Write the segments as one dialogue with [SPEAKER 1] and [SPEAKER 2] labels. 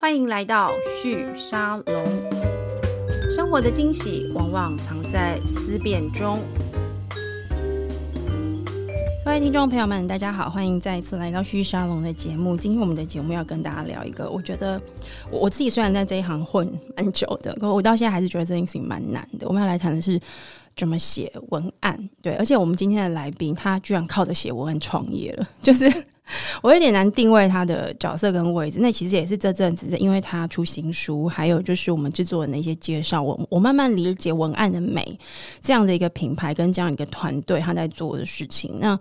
[SPEAKER 1] 欢迎来到旭沙龙。生活的惊喜往往藏在思辨中。各位听众朋友们，大家好，欢迎再一次来到旭沙龙的节目。今天我们的节目要跟大家聊一个，我觉得我我自己虽然在这一行混蛮久的，可我到现在还是觉得这件事情蛮难的。我们要来谈的是怎么写文案，对，而且我们今天的来宾他居然靠着写文案创业了，就是我有点难定位他的角色跟位置。那其实也是这阵子，因为他出新书，还有就是我们制作人的一些介绍，我我慢慢理解文案的美这样的一个品牌跟这样一个团队他在做的事情。那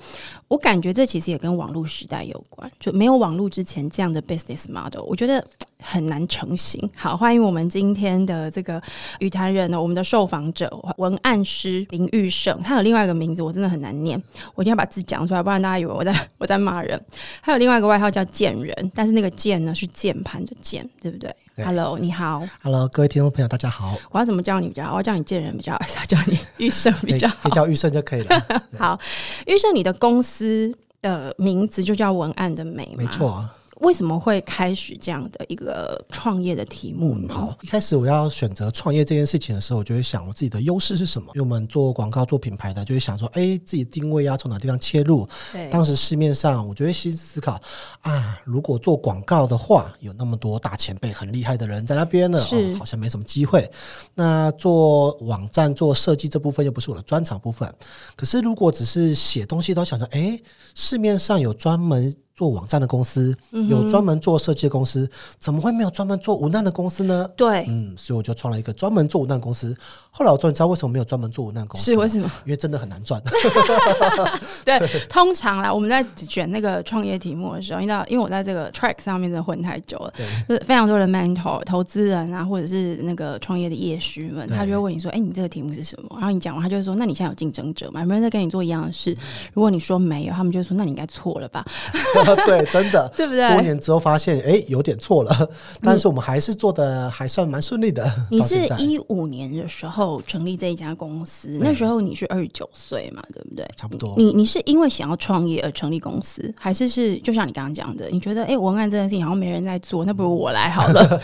[SPEAKER 1] 我感觉这其实也跟网络时代有关，就没有网络之前这样的 business model，我觉得。很难成型。好，欢迎我们今天的这个语坛人哦呢，我们的受访者文案师林玉胜，他有另外一个名字，我真的很难念，我一定要把字讲出来，不然大家以为我在我在骂人。还有另外一个外号叫“贱人”，但是那个“贱”呢是键盘的“键”，对不对
[SPEAKER 2] 对
[SPEAKER 1] h e l l o 你好，
[SPEAKER 2] Hello，各位听众朋友，大家好，
[SPEAKER 1] 我要怎么叫你比较好？我要叫你“贱人”比较好，还是要叫你“玉胜”比 较
[SPEAKER 2] 可以可
[SPEAKER 1] 好
[SPEAKER 2] 以？叫玉胜就可以 了，
[SPEAKER 1] 好，玉胜，你的公司的名字就叫“文案的美”吗？
[SPEAKER 2] 没。错。
[SPEAKER 1] 为什么会开始这样的一个创业的题目呢？
[SPEAKER 2] 嗯好，一开始我要选择创业这件事情的时候，我就会想我自己的优势是什么。因为我们做广告、做品牌的，就会想说，哎，自己定位要从哪地方切入。
[SPEAKER 1] 对
[SPEAKER 2] 当时市面上，我就会先思考啊，如果做广告的话，有那么多大前辈很厉害的人在那边呢，
[SPEAKER 1] 是
[SPEAKER 2] 哦，好像没什么机会。那做网站、做设计这部分又不是我的专长部分。可是如果只是写东西，都想着，哎，市面上有专门。做网站的公司，
[SPEAKER 1] 嗯
[SPEAKER 2] 有专门做设计的公司，怎么会没有专门做文案的公司呢？
[SPEAKER 1] 对，
[SPEAKER 2] 嗯，所以我就创了一个专门做文案公司。后来我终于知道为什么没有专门做文案公司
[SPEAKER 1] 是
[SPEAKER 2] 了，
[SPEAKER 1] 为什么？
[SPEAKER 2] 因为真的很难赚。
[SPEAKER 1] 对，通常啦，我们在选那个创业题目的时候，你知道，因为我在这个 track 上面真的混太久了，就是非常多的 mentor 投资人啊，或者是那个创业的业师们，他就会问你说：“哎、你这个题目是什么？”然后你讲完，他就会说：“那你现在有竞争者吗？有没有人在跟你做一样的事？”如果你说没有，他们就会说：“那你应该错了吧？。
[SPEAKER 2] 对，真的
[SPEAKER 1] 对不
[SPEAKER 2] 多
[SPEAKER 1] 对
[SPEAKER 2] 年之后发现，哎、有点 错了，但是我们还是做的还算蛮顺利的？”。
[SPEAKER 1] 你
[SPEAKER 2] 到
[SPEAKER 1] 是
[SPEAKER 2] 现在
[SPEAKER 1] 一五年的时候成立这一家公司，那时候你是二十九岁嘛，对不对？
[SPEAKER 2] 差不多，
[SPEAKER 1] 你你是因为想要创业而成立公司，还是是就像你刚刚讲的，你觉得哎、诶文案这件事情好像没人在做，那不如我来好了。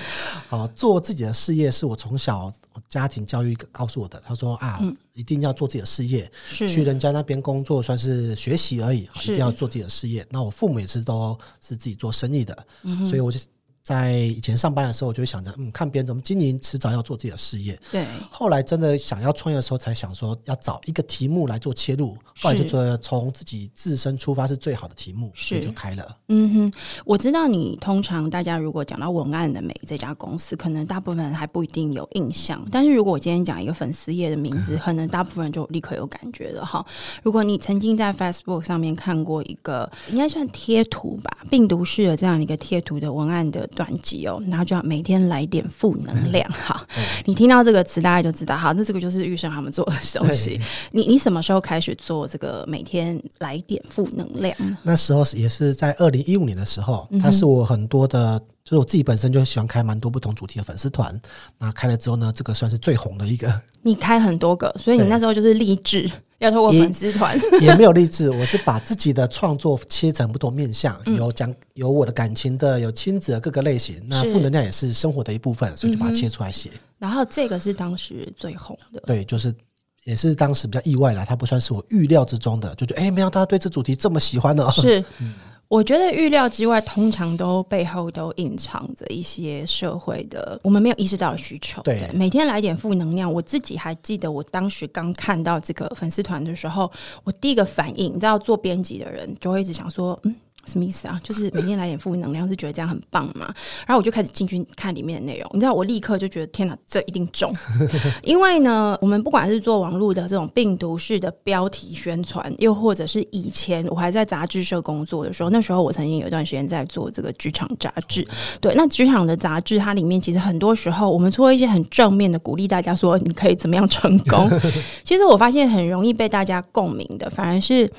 [SPEAKER 2] 好做自己的事业是我从小家庭教育告诉我的。他说啊，
[SPEAKER 1] 嗯
[SPEAKER 2] 一定要做自己的事业，去
[SPEAKER 1] 是
[SPEAKER 2] 人家那边工作算是学习而已，一
[SPEAKER 1] 嗯是
[SPEAKER 2] 定要做自己的事业。那我父母也是都是自己做生意的，
[SPEAKER 1] 嗯
[SPEAKER 2] 所以我就在以前上班的时候，我就会想着，嗯，看别人怎么经营，迟早要做自己的事业。
[SPEAKER 1] 对，
[SPEAKER 2] 后来真的想要创业的时候，才想说要找一个题目来做切入，
[SPEAKER 1] 是
[SPEAKER 2] 后来就觉得从自己自身出发是最好的题目，
[SPEAKER 1] 是
[SPEAKER 2] 所以就开了。
[SPEAKER 1] 嗯哼，我知道你通常大家如果讲到文案的美这家公司，可能大部分人还不一定有印象，但是如果我今天讲一个粉丝页的名字，可能大部分人就立刻有感觉了哈。如果你曾经在 Facebook 上面看过一个，应该算贴图吧，病毒式的这样一个贴图的文案的短集哦，然后就要每天来点负能量哈。好你听到这个词，大家就知道，好，那这个就是玉生他们做的东西。你你什么时候开始做这个每天来点负能量呢？
[SPEAKER 2] 那时候是也是在二零一五年的时候，
[SPEAKER 1] 嗯
[SPEAKER 2] 它是我很多的，就是我自己本身就喜欢开蛮多不同主题的粉丝团。那开了之后呢，这个算是最红的 一个，
[SPEAKER 1] 你开很多个，所以你
[SPEAKER 2] 对
[SPEAKER 1] 那时候就是励志要透过
[SPEAKER 2] 一
[SPEAKER 1] 粉丝团，
[SPEAKER 2] 也没有励志，我是把自己的创作切成不同面向，
[SPEAKER 1] 嗯
[SPEAKER 2] 有讲有我的感情的，有亲子的各个类型。那
[SPEAKER 1] 是嗯
[SPEAKER 2] 负能量也是生活的一部分，所以就把它切出来写。
[SPEAKER 1] 然后这个是当时最红的，
[SPEAKER 2] 对，就是也是当时比较意外啦，它不算是我预料之中的，就觉得哎，没想到大家对这主题这么喜欢呢。
[SPEAKER 1] 是。我觉得预料之外，通常都背后都隐藏着一些社会的我们没有意识到的需求。
[SPEAKER 2] 对
[SPEAKER 1] 每天来点负能量。我自己还记得，我当时刚看到这个粉丝团的时候，我第一个反应，你知道，做编辑的人就会一直想说，嗯，什么意思啊？就是每天来点负能量，是觉得这样很棒吗？然后我就开始进去看里面的内容，你知道，我立刻就觉得天哪，这一定中！因为呢，我们不管是做网络的这种病毒式的标题宣传，又或者是以前我还在杂志社工作的时候，那时候我曾经有一段时间在做这个职场杂志。对，那职场的杂志它里面其实很多时候，我们做一些很正面的鼓励大家说你可以怎么样成功。其实我发现很容易被大家共鸣的，反而是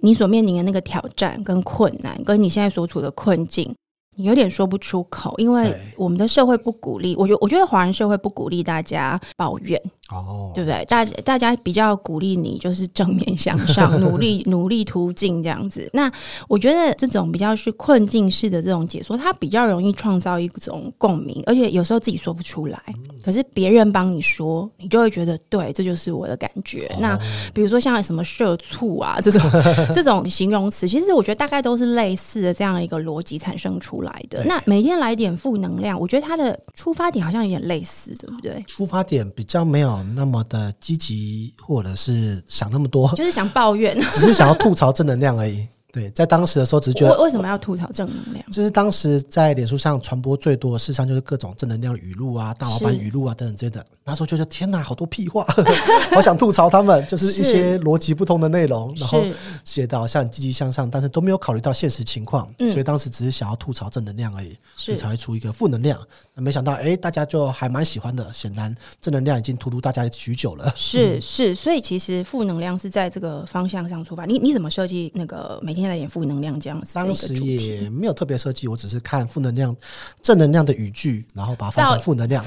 [SPEAKER 1] 你所面临的那个挑战跟困难，跟你现在所处的困境。你有点说不出口，因为
[SPEAKER 2] 对
[SPEAKER 1] 我们的社会不鼓励，我觉我觉得华人社会不鼓励大家抱怨，
[SPEAKER 2] 哦，
[SPEAKER 1] 对不对？大大家比较鼓励你就是正面向 上，努力努力途径这样子。那我觉得这种比较是困境式的这种解说，它比较容易创造一种共鸣，而且有时候自己说不出来，
[SPEAKER 2] 嗯
[SPEAKER 1] 可是别人帮你说，你就会觉得对，这就是我的感觉。
[SPEAKER 2] 哦
[SPEAKER 1] 那比如说像什么社畜啊这种 这种形容词，其实我觉得大概都是类似的这样一个逻辑产生出来的。
[SPEAKER 2] 对
[SPEAKER 1] 那每天来点负能量，我觉得它的出发点好像有点类似，对不对？
[SPEAKER 2] 出发点比较没有那么的积极，或者是想那么 多，
[SPEAKER 1] 就是想抱怨。
[SPEAKER 2] 只是想要吐槽正能量而已。对，在当时的时候，只是觉得
[SPEAKER 1] 为为什么要吐槽正能量？
[SPEAKER 2] 就是当时在脸书上传播最多的，事实上就是各种正能量的语录啊、大老板
[SPEAKER 1] 是
[SPEAKER 2] 语录啊等等之类的。那时候就觉得天哪，好多 屁话，好想吐槽他们，就是一些逻辑不通的内容，然后
[SPEAKER 1] 是
[SPEAKER 2] 写的好像很积极向上，但是都没有考虑到现实情况，
[SPEAKER 1] 嗯
[SPEAKER 2] 所以当时只是想要吐槽正能量而已，所以才
[SPEAKER 1] 是
[SPEAKER 2] 会出一个负能量。那没想到，哎，大家就还蛮喜欢的。显然，正能量已经荼毒大家许久了。
[SPEAKER 1] 是是，所以其实负能量是在这个方向上出发。你你怎么设计那个每天来点负能量这样子的一
[SPEAKER 2] 当
[SPEAKER 1] 个
[SPEAKER 2] 时
[SPEAKER 1] 主题？
[SPEAKER 2] 也没有特别设计，我只是看负能量、正能量的语句，然后把它放成
[SPEAKER 1] 造
[SPEAKER 2] 负能量。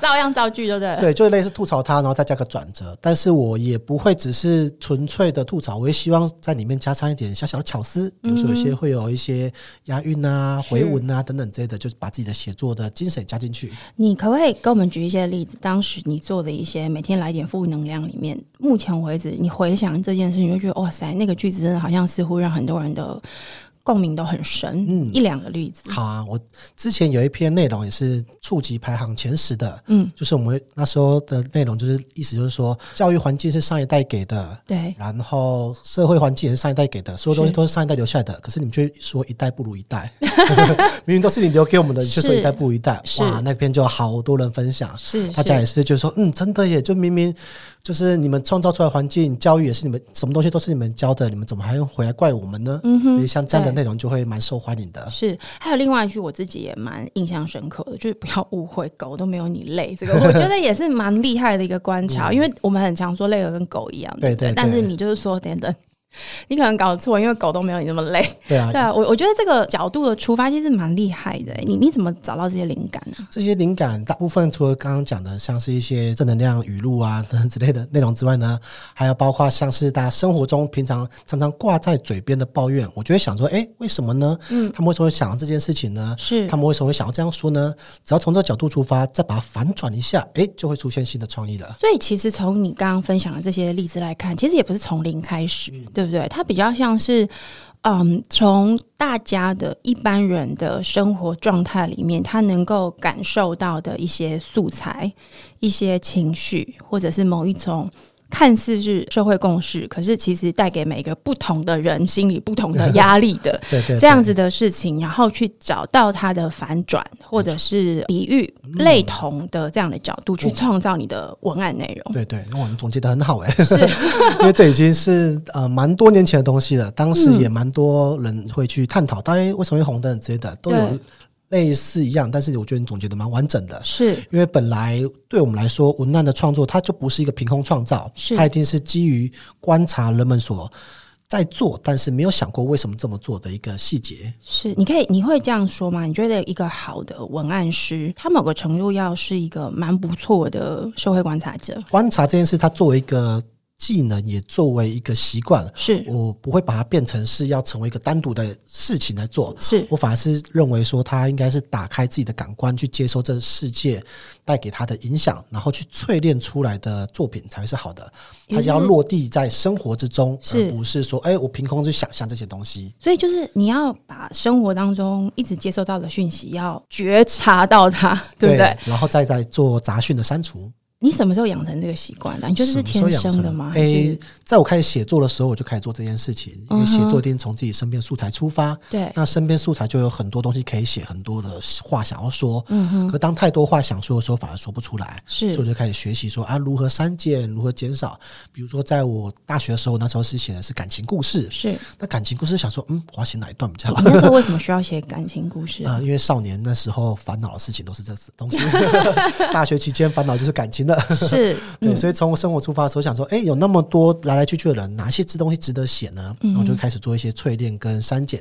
[SPEAKER 1] 照样造句，对不 对？
[SPEAKER 2] 对，就类似吐槽他，然后再加个转折。但是我也不会只是纯粹的吐槽，我也希望在里面加上一点小小的巧思，比如说有些会有一些押韵啊、
[SPEAKER 1] 是
[SPEAKER 2] 回文啊等等之类的，就是把自己的写作的精神加进去。
[SPEAKER 1] 你可不可以跟我们举一些例子？当时你做的一些每天来点负能量里面，目前为止你回想这件事，你就觉得哇塞，那个句子真的好像似乎让很多人的共鸣都很深。嗯，一两个例子。
[SPEAKER 2] 好啊，我之前有一篇内容也是触及排行前十的，
[SPEAKER 1] 嗯，
[SPEAKER 2] 就是我们那时候的内容，就是意思就是说，教育环境是上一代给的。
[SPEAKER 1] 对，
[SPEAKER 2] 然后社会环境也是上一代给的，所有东西
[SPEAKER 1] 是
[SPEAKER 2] 都是上一代留下来的。可是你们却说一代不如一 代，明明都是你留给我们的，你却说
[SPEAKER 1] 是
[SPEAKER 2] 一代不如一代。
[SPEAKER 1] 是
[SPEAKER 2] 哇，那篇就好多人分享，
[SPEAKER 1] 是
[SPEAKER 2] 大家也
[SPEAKER 1] 是
[SPEAKER 2] 是就说，嗯，真的耶，就明明就是你们创造出来的环境，教育也是你们，什么东西都是你们教的，你们怎么还用回来怪我们呢？
[SPEAKER 1] 嗯哼
[SPEAKER 2] 所以像这样的
[SPEAKER 1] 对
[SPEAKER 2] 内容就会蛮受欢迎的。
[SPEAKER 1] 是，还有另外一句我自己也蛮印象深刻的，就是不要误会，狗都没有你累， 这个我觉得也是蛮厉害的一个观察，因为我们很常说累了跟狗一样，不
[SPEAKER 2] 嗯对对对
[SPEAKER 1] 但是你就是说等等。你可能搞错，因为狗都没有你那么累。
[SPEAKER 2] 对啊，
[SPEAKER 1] 对啊，我我觉得这个角度的出发其实蛮厉害的。欸你你怎么找到这些灵感啊呢、
[SPEAKER 2] 这些灵感大部分除了刚刚讲的，像是一些正能量语录啊 等等之类的内容之外呢，还有包括像是大家生活中平常常常挂在嘴边的抱怨，我就会想说，哎，为什么呢？嗯，他们为什么会想到这件事情呢？
[SPEAKER 1] 是
[SPEAKER 2] 他们为什么会想要这样说呢？只要从这个角度出发，再把它反转一下，哎，就会出现新的创意了。
[SPEAKER 1] 所以其实从你刚刚分享的这些例子来看，其实也不是从零开始，对不对？它比较像是，嗯，从大家的一般人的生活状态里面，他能够感受到的一些素材、一些情绪，或者是某一种。看似是社会共识，可是其实带给每个不同的人心里不同的压力的
[SPEAKER 2] 对对对
[SPEAKER 1] 这样子的事情，然后去找到它的反转，或者是比喻、
[SPEAKER 2] 嗯
[SPEAKER 1] 类同的这样的角度去
[SPEAKER 2] 哦
[SPEAKER 1] 创造你的文案内 容。
[SPEAKER 2] 对对，我们总结的很好哎、
[SPEAKER 1] 是
[SPEAKER 2] 因为这已经是呃蛮多年前的东西了，当
[SPEAKER 1] 嗯
[SPEAKER 2] 时也蛮多人会去探讨，当然为什么会红灯之类的，都有
[SPEAKER 1] 对
[SPEAKER 2] 类似一样，但是我觉得你总结的蛮完整的。
[SPEAKER 1] 是
[SPEAKER 2] 因为本来对我们来说，文案的创作它就不是一个凭空创造，
[SPEAKER 1] 是
[SPEAKER 2] 它一定是基于观察人们所在做，但是没有想过为什么这么做的一个细节。
[SPEAKER 1] 是，你可以你会这样说吗？你觉得一个好的文案师，他某个程度要是一个蛮不错的社会观察者，
[SPEAKER 2] 观察这件事，它作为一个技能，也作为一个习惯，
[SPEAKER 1] 是
[SPEAKER 2] 我不会把它变成是要成为一个单独的事情来做。
[SPEAKER 1] 是
[SPEAKER 2] 我反而是认为说，他应该是打开自己的感官，去接收这世界带给他的影响，然后去淬炼出来的作品才是好的。
[SPEAKER 1] 也
[SPEAKER 2] 他
[SPEAKER 1] 就是
[SPEAKER 2] 要落地在生活之中，
[SPEAKER 1] 是
[SPEAKER 2] 而不是说，哎、我凭空去想象这些东西。
[SPEAKER 1] 所以就是你要把生活当中一直接受到的讯息，要觉察到它， 对不对？？
[SPEAKER 2] 然后再再做杂讯的删除。
[SPEAKER 1] 你什么时候养成这个习惯的？啊你觉得是
[SPEAKER 2] 什么
[SPEAKER 1] 天
[SPEAKER 2] 时候养
[SPEAKER 1] 生
[SPEAKER 2] 成
[SPEAKER 1] 的吗？还
[SPEAKER 2] 诶、
[SPEAKER 1] 是
[SPEAKER 2] 在我开始写作的时候，我就开始做这件事情，因为
[SPEAKER 1] 嗯哼
[SPEAKER 2] 写作一定从自己身边素材出发。
[SPEAKER 1] 对，
[SPEAKER 2] 那身边素材就有很多东西可以写，很多的话想要说。嗯可当太多话想说的时候，反而说不出来。所以我
[SPEAKER 1] 是
[SPEAKER 2] 就开始学习说啊，如何删减，如何减少。比如说，在我大学的时候，那时候是写的是感情故事。
[SPEAKER 1] 是。
[SPEAKER 2] 那感情故事想说，嗯，我要写哪一段比较好
[SPEAKER 1] 你？那时候为什么需要写感情故事？
[SPEAKER 2] 呃，因为少年那时候烦恼的事情都是这东西。大学期间烦恼就是感情的。
[SPEAKER 1] 是，
[SPEAKER 2] 对，
[SPEAKER 1] 嗯，
[SPEAKER 2] 所以从生活出发的时候，想说，哎、有那么多来来去去的人，哪些东西值得写呢？然后就开始做一些淬炼跟删减，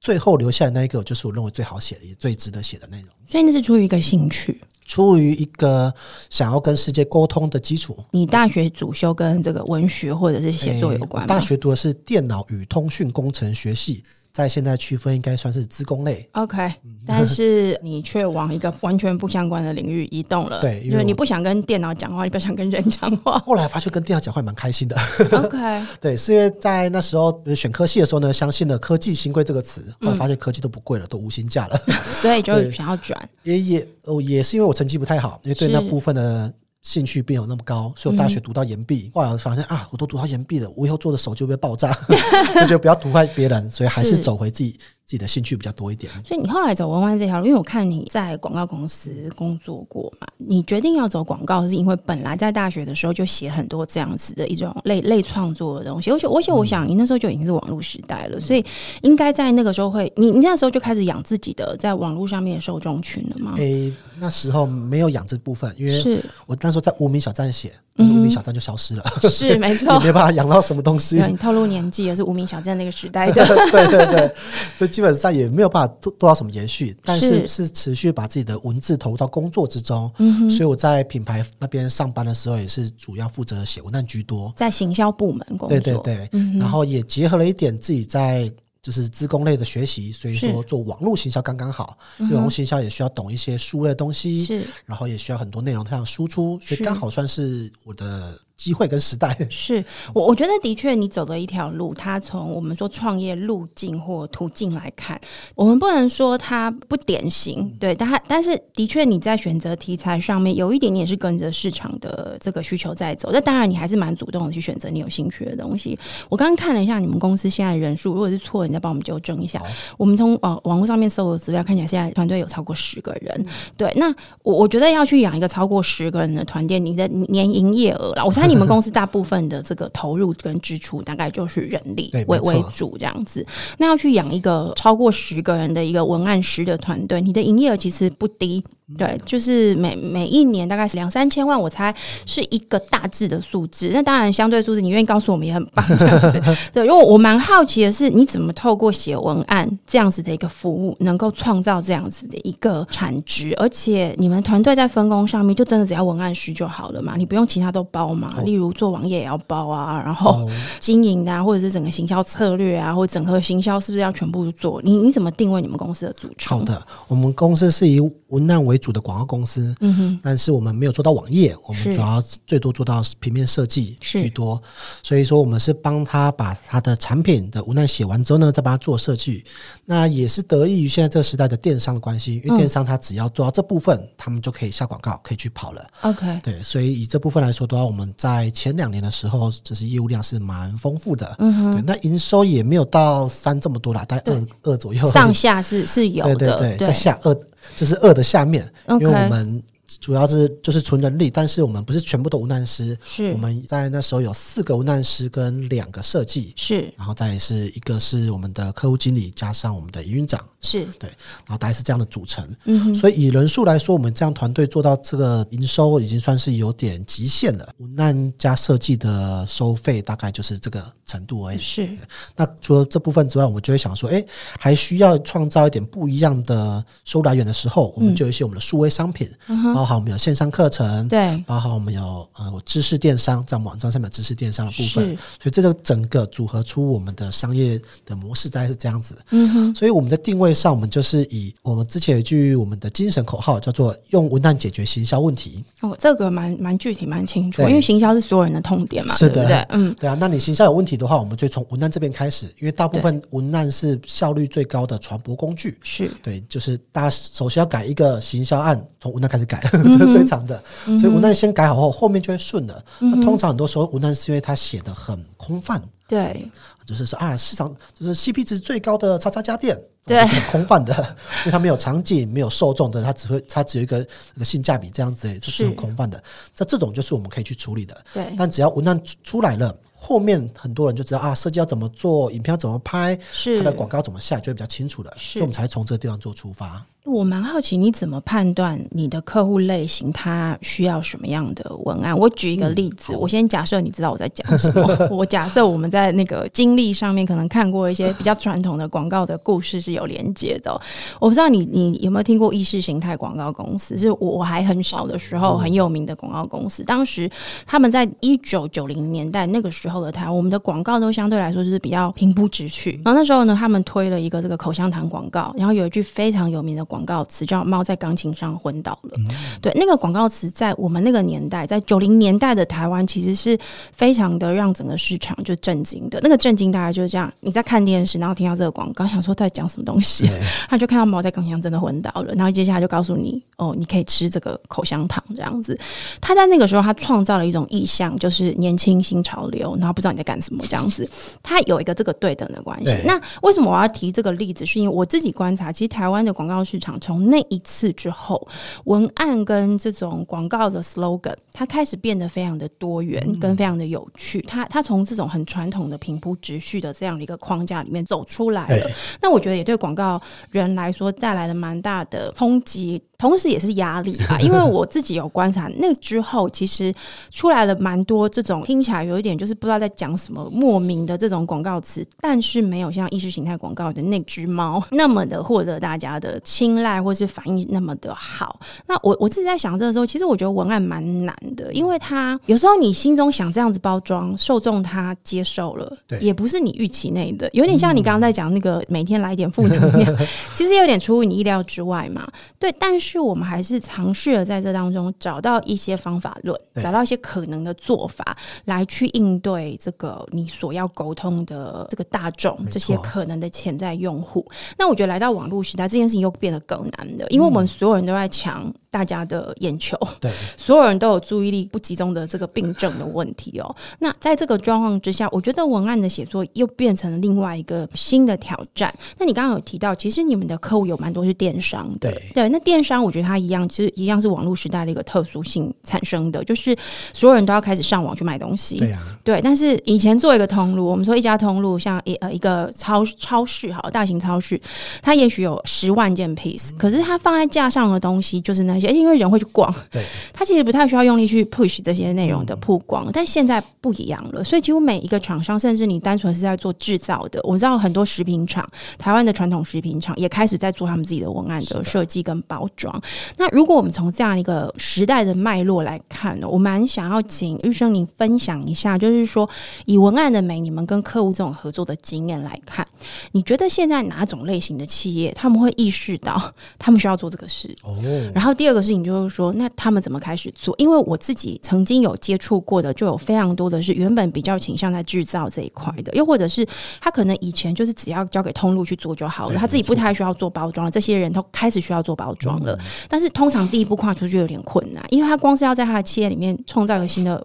[SPEAKER 2] 最后留下的那一个，就是我认为最好写的，也最值得写的内容。
[SPEAKER 1] 所以那是出于一个兴趣。
[SPEAKER 2] 出于一个想要跟世界沟通的基础，
[SPEAKER 1] 你大学主修跟这个文学或者是写作有
[SPEAKER 2] 诶
[SPEAKER 1] 关
[SPEAKER 2] 我
[SPEAKER 1] 吗？
[SPEAKER 2] 哎大学读的是电脑与通讯工程学系，在现在区分应该算是资工类。
[SPEAKER 1] OK，但
[SPEAKER 2] 嗯
[SPEAKER 1] 是你却往一个完全不相关的领域移动了。
[SPEAKER 2] 对因为
[SPEAKER 1] 就是你
[SPEAKER 2] 我
[SPEAKER 1] 不想跟电脑讲话，你不想跟人讲话
[SPEAKER 2] 。后来发现跟电脑讲话也蛮开心的，
[SPEAKER 1] OK，
[SPEAKER 2] 对，是因为在那时候就是选科系的时候呢，相信了“科技新贵”这个词，
[SPEAKER 1] 嗯
[SPEAKER 2] 后来发现科技都不贵了，都无薪假了。
[SPEAKER 1] 所以就
[SPEAKER 2] 对
[SPEAKER 1] 想要转。
[SPEAKER 2] 也也哦，也是因为我成绩不太好，因为对
[SPEAKER 1] 是
[SPEAKER 2] 那部分的兴趣并没有那么高，所以我大学读到研毕，后来我发现啊，我都读到研毕了，我以后做的手就会被爆炸， 就觉得不要毒害别人，所以还是
[SPEAKER 1] 是
[SPEAKER 2] 走回自己自己的兴趣比较 多一点。
[SPEAKER 1] 所以你后来走文案这条路，因为我看你在广告公司工作过嘛，你决定要走广告，是因为本来在大学的时候就写很多这样子的一种类类创作的东西，而且而且我想你那时候就已经是网络时代了，所以应该在那个时候会，你你那时候就开始养自己的在网络上面的受众群了吗？
[SPEAKER 2] 诶、那时候没有养这部分，因为
[SPEAKER 1] 是
[SPEAKER 2] 我那时候在无名小站写，但是无名小站就消
[SPEAKER 1] 嗯
[SPEAKER 2] 失了，
[SPEAKER 1] 是没
[SPEAKER 2] 也
[SPEAKER 1] 错，
[SPEAKER 2] 没办法养到什么东西。
[SPEAKER 1] 对你透露年纪也是无名小站那个时代的，
[SPEAKER 2] 对对对，所以基本上也没有办法做做到什么延续，但是
[SPEAKER 1] 是
[SPEAKER 2] 是持续把自己的文字投入到工作之中。
[SPEAKER 1] 嗯
[SPEAKER 2] 所以我在品牌那边上班的时候，也是主要负责写文案居多。
[SPEAKER 1] 在行销部门工作，嗯
[SPEAKER 2] 对对对，然后也结合了一点自己在就是资工类的学习，所以说
[SPEAKER 1] 是嗯
[SPEAKER 2] 做网络行销刚刚好，因为网络行销也需要懂一些书类的东西，
[SPEAKER 1] 是
[SPEAKER 2] 然后也需要很多内容上输出，所以
[SPEAKER 1] 是
[SPEAKER 2] 刚好算是我的机会跟时代。
[SPEAKER 1] 是我，我觉得的确，你走的一条路，它从我们说创业路径或途径来看，我们不能说它不典型，对，但它但是的确，你在选择题材上面有一点点是跟着市场的这个需求在走。那当然，你还是蛮主动的去选择你有兴趣的东西。我刚刚看了一下你们公司现在人数，如果是错的，你再帮我们纠正一下。我们从呃网网络上面搜的资料看起来，现在团队有超过十个人。对，那我我觉得要去养一个超过十个人的团队，你的年营业额啦，我猜你们公司大部分的这个投入跟支出大概就是人力
[SPEAKER 2] 对
[SPEAKER 1] 为
[SPEAKER 2] 没错
[SPEAKER 1] 为主这样子。那要去养一个超过十个人的一个文案师的团队，你的营业额其实不低。
[SPEAKER 2] 嗯
[SPEAKER 1] 对，就是每每一年大概是两三千万，我猜是一个大致的数字。那当然，相对数字你愿意告诉我们也很棒， 这样子。对，因为我蛮好奇的是，你怎么透过写文案这样子的一个服务，能够创造这样子的一个产值？而且你们团队在分工上面，就真的只要文案师就好了嘛？你不用其他都包
[SPEAKER 2] 哦
[SPEAKER 1] 嘛？例如做网页也要包啊，然后经营啊，或者是整个行销策略啊，或者整合行销是不是要全部做？你你怎么定位你们公司的组成？
[SPEAKER 2] 好的，我们公司是以文案为主的广告公司，嗯哼，但是我们没有做到网页，我们
[SPEAKER 1] 是
[SPEAKER 2] 主要最多做到平面设计
[SPEAKER 1] 是
[SPEAKER 2] 居多，所以说我们是帮他把他的产品的文案写完之后呢，再帮他做设计。那也是得益于现在这个时代的电商的关系，因为电商它只要做到这部分，他们就可以下广告，可以去跑了。
[SPEAKER 1] ，OK，
[SPEAKER 2] 对，所以以这部分来说的话，我们在前两年的时候，就是业务量是蛮丰富的。嗯哼，对，那营收也没有到三这么多啦，大概二二左右而已。
[SPEAKER 1] 上下是是有
[SPEAKER 2] 对
[SPEAKER 1] 的，
[SPEAKER 2] 对对，在下二就是二的下面
[SPEAKER 1] OK
[SPEAKER 2] 因为我们主要是就是纯人力，但是我们不是全部都无难师，
[SPEAKER 1] 是
[SPEAKER 2] 我们在那时候有四个无难师跟两个设计，
[SPEAKER 1] 是
[SPEAKER 2] 然后再是一个是我们的客户经理加上我们的营运长。
[SPEAKER 1] 是
[SPEAKER 2] 对，然后大概是这样的组成，嗯，所以以人数来说，我们这样团队做到这个营收已经算是有点极限了。文案加设计的收费大概就是这个程度而已。
[SPEAKER 1] 是
[SPEAKER 2] 那除了这部分之外，我们就会想说，哎、还需要创造一点不一样的收入来源的时候，我们就有一些我们的数位商品，包含我们有线上课程，
[SPEAKER 1] 对
[SPEAKER 2] 包含我们有呃我知识电商，在我们网站上面有知识电商的部分
[SPEAKER 1] 是，
[SPEAKER 2] 所以这个整个组合出我们的商业的模式，大概是这样子。嗯哼，所以我们在定位上，我们就是以我们之前有一句我们的精神口号叫做“用文案解决行销问题
[SPEAKER 1] 哦，这个蛮蛮具体蛮清楚，
[SPEAKER 2] 对
[SPEAKER 1] 因为行销是所有人的痛点嘛，
[SPEAKER 2] 是
[SPEAKER 1] 对
[SPEAKER 2] 的
[SPEAKER 1] 不对？”。嗯，
[SPEAKER 2] 对啊，那你行销有问题的话，我们就从文案这边开始，因为大部分文案是效率最高的传播工具。
[SPEAKER 1] 是
[SPEAKER 2] 对，就是大家首先要改一个行销案，从文案开始改，
[SPEAKER 1] 嗯
[SPEAKER 2] 这是最长的。所以文案先改好后，后面就会顺了。
[SPEAKER 1] 嗯
[SPEAKER 2] 那通常很多时候文案是因为它写的很空泛，
[SPEAKER 1] 对，
[SPEAKER 2] 就是说啊，市场就是 CP 值最高的叉叉家电。
[SPEAKER 1] 对
[SPEAKER 2] 就是很空泛的， 因为它没有场景，没有受众的，它只会它只有一个那个性价比这样子而已，就是是很空泛的。那这种就是我们可以去处理的。
[SPEAKER 1] 对
[SPEAKER 2] 但只要文案出出来了，后面很多人就知道啊，设计要怎么做，影片要怎么拍，
[SPEAKER 1] 是
[SPEAKER 2] 它的广告怎么下，就会比较清楚了。
[SPEAKER 1] 是
[SPEAKER 2] 所以我们才从这个地方做出发。
[SPEAKER 1] 我蛮好奇，你怎么判断你的客户类型他需要什么样的文案？我举一
[SPEAKER 2] 嗯
[SPEAKER 1] 个例子，我先假设你知道我在讲什 么。我假设我们在那个经历上面可能看过一些比较传统的广告的故事是有连接的哦、我不知道你你有没有听过意识形态广告公司？是我我还很小的时
[SPEAKER 2] 哦
[SPEAKER 1] 候很有名的广告公司，当时他们在一九九零年代那个时候的台湾，我们的广告都相对来说就是比较平铺直叙。然后那时候呢，他们推了一个这个口香糖广告，然后有一句非常有名的广告词叫“猫在钢琴上昏倒了”。对，那个广告词在我们那个年代，在九零年代的台湾，其实是非常的让整个市场就震惊的。那个震惊大概就是这样：你在看电视，然后听到这个广告，想说在讲什么东西，啊他就看到猫在钢琴上真的昏倒了，然后接下来就告诉你，哦，你可以吃这个口香糖这样子。他在那个时候，他创造了一种意象，就是年轻新潮流，然后不知道你在干什么这样子。他有一个这个对等的关系
[SPEAKER 2] 对。
[SPEAKER 1] 那为什么我要提这个例子？是因为我自己观察，其实台湾的广告市场从那一次之后，文案跟这种广告的 slogan，它开始变得非常的多元，跟非常的有趣。它它从这种很传统的平铺直叙的这样的一个框架里面走出来了。那我觉得也对广告人来说带来了蛮大的冲击，同时也是压力吧。因为我自己有观察，那之后其实出来了蛮多这种听起来有一点就是不知道在讲什么莫名的这种广告词，但是没有像意识形态广告的那只猫那么的获得大家的青睐或是反应那么的好。 那我我自己在想这个时候，其实我觉得文案蛮难的，因为它有时候你心中想这样子包装，受众他接受了，
[SPEAKER 2] 对
[SPEAKER 1] 也不是你预期内的，有点像你刚刚在讲那个每天来一点负能量，其实有点出乎你意料之外嘛。对，但是我们还是尝试了在这当中找到一些方法论，
[SPEAKER 2] 对
[SPEAKER 1] 找到一些可能的做法来去应对这个你所要沟通的这个大众
[SPEAKER 2] 没错
[SPEAKER 1] 这些可能的潜在用户。那我觉得来到网络时代，这件事情又变得更难的，因为我们所有人都在抢大家的眼球，
[SPEAKER 2] 对，
[SPEAKER 1] 所有人都有注意力不集中的这个病症的问题哦。那在这个状况之下，我觉得文案的写作又变成了另外一个新的挑战。那你刚刚有提到，其实你们的客户有蛮多是电商的，
[SPEAKER 2] 对
[SPEAKER 1] 那电商我觉得它一样，其实一样是网络时代的一个特殊性产生的，就是所有人都要开始上网去买东西，
[SPEAKER 2] 对啊，
[SPEAKER 1] 对，但是以前做一个通路，我们说一家通路，像一呃一个超超市好，大型超市，它也许有十万件
[SPEAKER 2] 嗯
[SPEAKER 1] piece，可是它放在架上的东西就是那些，而且因为人会去逛，
[SPEAKER 2] 对，嗯
[SPEAKER 1] 它其实不太需要用力去 push 这些内容的曝光，但现在不一样了，所以几乎每一个厂商，甚至你单纯是在做制造的，我知道很多食品厂，台湾的传统食品厂也开始在做他们自己的文案的设计跟包装。那如果我们从这样一个时代的脉络来看呢，我蛮想要请玉生您分享一下，就是说以文案的美，你们跟客户这种合作的经验来看，你觉得现在哪种类型的企业他们会意识到他们需要做这个事？
[SPEAKER 2] 哦，
[SPEAKER 1] 然后第二个事情就是说，那他们怎么开始做？因为我自己曾经有接触过的，就有非常多的是原本比较倾向在制造这一块的，又或者是他可能以前就是只要交给通路去做就好了，他自己不太需要做包装了。这些人都开始需要做包装了，但是通常第一步跨出去有点困难，因为他光是要在他的企业里面创造一个新的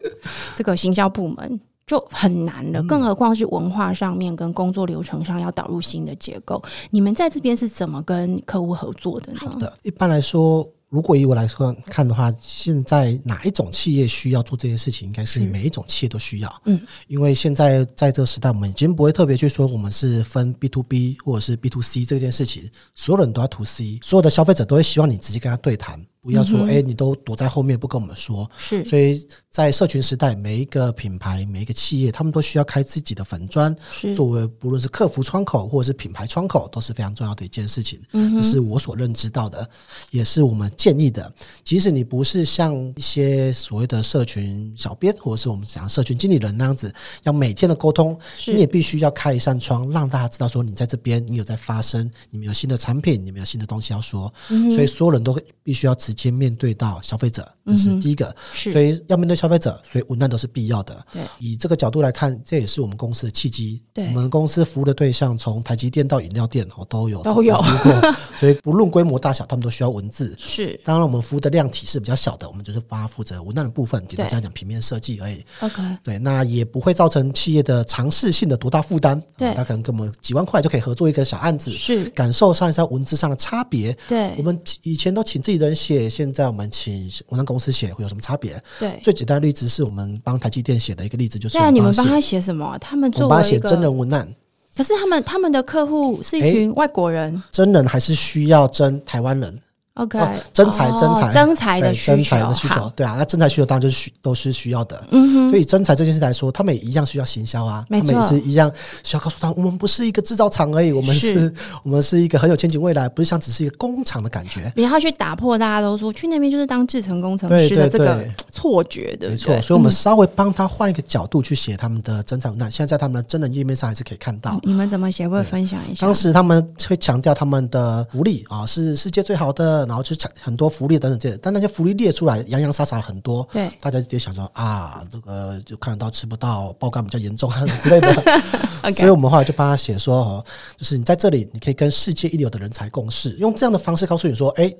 [SPEAKER 1] 这个行销部门。就很难了，更何况是文化上面跟工作流程上要导入新的结构。你们在这边是怎么跟客户合作的呢？
[SPEAKER 2] 的。一般来说，如果以我来说看的话，现在哪一种企业需要做这些事情，应该是每一种企业都需要。
[SPEAKER 1] 嗯，
[SPEAKER 2] 因为现在在这个时代，我们已经不会特别去说我们是分 B to B 或者是 B to C 这件事情，所有人都要 to C，所有的消费者都会希望你直接跟他对谈，不要
[SPEAKER 1] 嗯
[SPEAKER 2] 说哎、诶你都躲在后面不跟我们说。
[SPEAKER 1] 是，
[SPEAKER 2] 所以在社群时代，每一个品牌、每一个企业，他们都需要开自己的粉砖，
[SPEAKER 1] 是
[SPEAKER 2] 作为不论是客服窗口或者是品牌窗口，都是非常重要的一件事情。嗯，这是我所认知到的，也是我们建议的。即使你不是像一些所谓的社群小编，或者是我们讲社群经理人那样子，要每天的沟通，
[SPEAKER 1] 是
[SPEAKER 2] 你也必须要开一扇窗，让大家知道说你在这边，你有在发声，你们有新的产品，你们有新的东西要说。
[SPEAKER 1] 嗯
[SPEAKER 2] 所以所有人都必须要直接面对到消费者，这是第一个。
[SPEAKER 1] 嗯是
[SPEAKER 2] 所以要面对消费者，所以文案都是必要的。
[SPEAKER 1] 对
[SPEAKER 2] 以这个角度来看，这也是我们公司的契机。
[SPEAKER 1] 对
[SPEAKER 2] 我们公司服务的对象从台积电到饮料店哦都有
[SPEAKER 1] 都有
[SPEAKER 2] 服务过，所以不论规模大小，他们都需要文字。
[SPEAKER 1] 是
[SPEAKER 2] 当然，我们服务的量体是比较小的，我们就是帮他负责文案的部分，简单
[SPEAKER 1] 对
[SPEAKER 2] 讲讲平面设计而已。
[SPEAKER 1] OK，
[SPEAKER 2] 对，那也不会造成企业的尝试性的多大负担。
[SPEAKER 1] 对
[SPEAKER 2] 他可能跟我们几万块就可以合作一个小案子，
[SPEAKER 1] 是
[SPEAKER 2] 感受上一下文字上的差别。
[SPEAKER 1] 对
[SPEAKER 2] 我们以前都请自己的人写业现在我们请文章公司写会有什么差别？
[SPEAKER 1] 对。
[SPEAKER 2] 最简单的例子是我们帮台积电写的一个例子，就是
[SPEAKER 1] 对啊，
[SPEAKER 2] 我
[SPEAKER 1] 你
[SPEAKER 2] 们
[SPEAKER 1] 们
[SPEAKER 2] 帮
[SPEAKER 1] 帮
[SPEAKER 2] 他
[SPEAKER 1] 他
[SPEAKER 2] 写
[SPEAKER 1] 写什么？他们
[SPEAKER 2] 我
[SPEAKER 1] 作
[SPEAKER 2] 们帮他
[SPEAKER 1] 为一
[SPEAKER 2] 写真
[SPEAKER 1] 个，
[SPEAKER 2] 人文案，
[SPEAKER 1] 可是他们他们的客户是一
[SPEAKER 2] 哎
[SPEAKER 1] 群外国人。
[SPEAKER 2] 真人还是需要真台湾人，
[SPEAKER 1] OK，
[SPEAKER 2] 哦真才
[SPEAKER 1] 哦
[SPEAKER 2] 真才
[SPEAKER 1] 真才的
[SPEAKER 2] 对
[SPEAKER 1] 需求，
[SPEAKER 2] 真才的需求
[SPEAKER 1] 好，，
[SPEAKER 2] 对啊，那真才需求当然就是需都是需要的。
[SPEAKER 1] 嗯哼，
[SPEAKER 2] 所以真才这件事来说，他们也一样需要行销啊，
[SPEAKER 1] 没
[SPEAKER 2] 他
[SPEAKER 1] 错
[SPEAKER 2] 们也是一样需要告诉他，我们不是一个制造厂而已，我们
[SPEAKER 1] 是
[SPEAKER 2] 是 我们是一个很有前景未来，不是像只是一个工厂的感觉。
[SPEAKER 1] 然后去打破大家都说去那边就是当制程工程师的
[SPEAKER 2] 对对
[SPEAKER 1] 这个
[SPEAKER 2] 对
[SPEAKER 1] 错嗯觉，对不对？
[SPEAKER 2] 没错，所以我们稍微帮他换一个角度去写他们的真才文案，现在在他们的真人页面上还是可以看到。
[SPEAKER 1] 你们怎么写？会分享一下
[SPEAKER 2] 当？时他们会强调他们的福利啊是世界最好的，然后就是强很多福利等等这些，但那些福利列出来洋洋洒洒很多，
[SPEAKER 1] 对，
[SPEAKER 2] 大家就想说啊，这个就看得到吃不到，爆肝比较严重啊之类的。所以我们后来就帮他写说，哦，就是你在这里，你可以跟世界一流的人才共事，用这样的方式告诉你说，哎、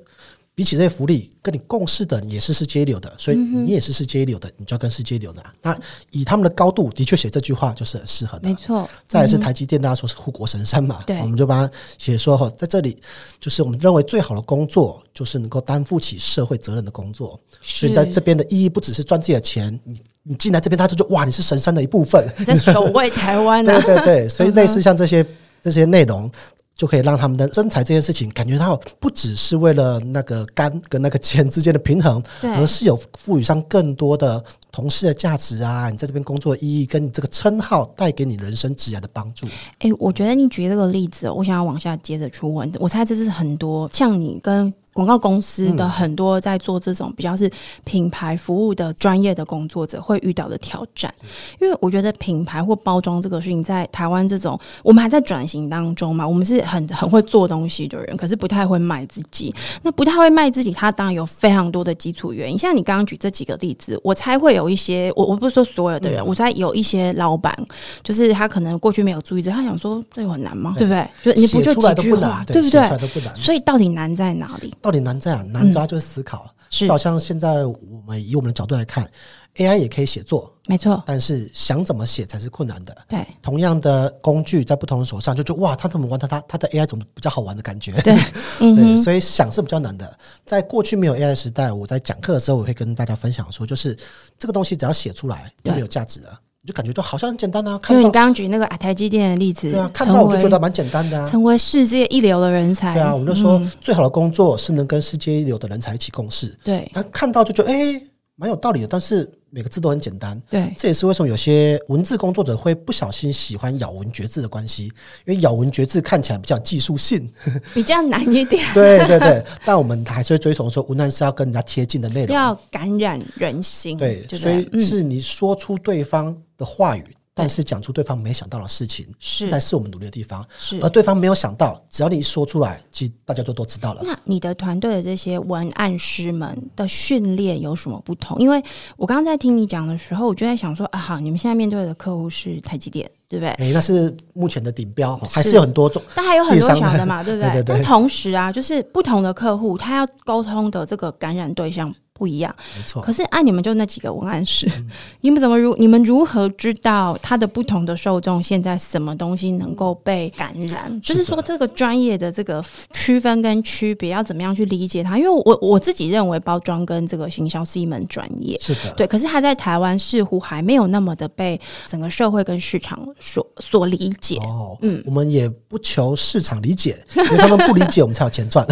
[SPEAKER 2] 比起这些福利，跟你共事的也是世界一流的，所以你也是世界一流的，你就要跟世界一流的啊、那以他们的高度，的确写这句话就是很适合的
[SPEAKER 1] 没。错，
[SPEAKER 2] 再来是台积电，大家说是护国神山嘛，
[SPEAKER 1] 嗯对
[SPEAKER 2] 我们就把它写说哈，在这里就是我们认为最好的工作，就是能够担负起社会责任的工作。所以在这边的意义不只是赚自己的钱，你你进来这边，他就觉得哇，你是神山的一 部分。
[SPEAKER 1] 你在守卫台湾啊 呢、
[SPEAKER 2] 对对对，所
[SPEAKER 1] 嗯
[SPEAKER 2] 以类似像这些这些内容。就可以让他们的真才这件事情感觉到不只是为了那个肝跟那个钱之间的平衡，
[SPEAKER 1] 对
[SPEAKER 2] 而是有赋予上更多的同事的价值啊，你在这边工作的意义跟你这个称号带给你人生职涯的帮助。
[SPEAKER 1] 哎、我觉得你举这个例子，我想要往下接着去问。我猜这是很多像你跟广告公司的很多在做这种比较是品牌服务的专业的工作者会遇到的挑战，因为我觉得品牌或包装这个事情在台湾这种我们还在转型当中嘛，我们是很很会做东西的人，可是不太会卖自己。那不太会卖自己，它当然有非常多的基础原因。像你刚刚举这几个例子，我猜会有一些，我我不是说所有的
[SPEAKER 2] 嗯
[SPEAKER 1] 人，我猜有一些老板就是他可能过去没有注意这，他想说这有很难吗？对不对？就你不就
[SPEAKER 2] 写出来
[SPEAKER 1] 几
[SPEAKER 2] 都
[SPEAKER 1] 句
[SPEAKER 2] 不
[SPEAKER 1] 话
[SPEAKER 2] 难，，
[SPEAKER 1] 对不
[SPEAKER 2] 写出来
[SPEAKER 1] 对？嗯
[SPEAKER 2] 都不难。
[SPEAKER 1] 所以到底难在哪里？
[SPEAKER 2] 到底难在哪？难主要就是思考。
[SPEAKER 1] 是
[SPEAKER 2] 就好像现在我们以我们的角度来看，AI 也可以写作，
[SPEAKER 1] 没错，
[SPEAKER 2] 但是想怎么写才是困难的。
[SPEAKER 1] 对
[SPEAKER 2] 同样的工具在不同人手上，就觉得哇，他怎么玩它它它的 AI 怎么比较好玩的感觉？
[SPEAKER 1] 对，嗯
[SPEAKER 2] 对，
[SPEAKER 1] 哼，
[SPEAKER 2] 所以想是比较难的。在过去没有 AI 的时代，我在讲课的时候，我会跟大家分享说，就是这个东西只要写出来就
[SPEAKER 1] 对
[SPEAKER 2] 没有价值了，你就感觉就好像很简单啊，
[SPEAKER 1] 因
[SPEAKER 2] 看
[SPEAKER 1] 为你
[SPEAKER 2] 到
[SPEAKER 1] 刚刚举那个台积电的例子，
[SPEAKER 2] 对啊，看
[SPEAKER 1] 成
[SPEAKER 2] 到我就
[SPEAKER 1] 为
[SPEAKER 2] 觉得蛮简单的啊。
[SPEAKER 1] 成为世界一流的人才，
[SPEAKER 2] 对啊，我就说
[SPEAKER 1] 嗯
[SPEAKER 2] 最好的工作是能跟世界一流的人才一起共事。
[SPEAKER 1] 对
[SPEAKER 2] 他看到就觉得哎，诶蛮、有道理的，但是每个字都很简单。
[SPEAKER 1] 对
[SPEAKER 2] 这也是为什么有些文字工作者会不小心喜欢咬文嚼字的关系，因为咬文嚼字看起来比较有技术性。
[SPEAKER 1] 比较难一点，
[SPEAKER 2] 对对对，但我们还是会追求说文案是要跟人家贴近的内容。
[SPEAKER 1] 要嗯感染人心，
[SPEAKER 2] 对，
[SPEAKER 1] 不
[SPEAKER 2] 所
[SPEAKER 1] 对？
[SPEAKER 2] 以是你说出对方的话语，但是讲出对方没想到的事情，
[SPEAKER 1] 是
[SPEAKER 2] 这才是我们努力的地方。
[SPEAKER 1] 是
[SPEAKER 2] 而对方没有想到，只要你一说出来，其实大家就都知道了。
[SPEAKER 1] 那你的团队的这些文案师们的训练有什么不同？因为我刚刚在听你讲的时候，我就在想说啊，好，你们现在面对的客户是台积电，对不对？
[SPEAKER 2] 诶，那是目前的顶标，哦还
[SPEAKER 1] 是
[SPEAKER 2] 是有很多种。
[SPEAKER 1] 但还有很多
[SPEAKER 2] 电商
[SPEAKER 1] 小的 嘛，对不对？
[SPEAKER 2] 对对
[SPEAKER 1] 但
[SPEAKER 2] 对
[SPEAKER 1] 同时啊，就是不同的客户，他要沟通的这个感染对象不一样。
[SPEAKER 2] 没错嗯
[SPEAKER 1] 可，是按你们就那几个文案师，你们怎么如你们如何知道他的不同的受众现在什么东西能够被感染？就是
[SPEAKER 2] 是的
[SPEAKER 1] 说这个专业的这个区分跟区别要怎么样去理解它？因为我我自己认为包装跟这个行销是一门专业。
[SPEAKER 2] 是的。
[SPEAKER 1] 对，可是它在台湾似乎还没有那么的被整个社会跟市场所所理解。
[SPEAKER 2] 哦，嗯，我们也不求市场理 解，因为他们不理解，我们才有钱赚。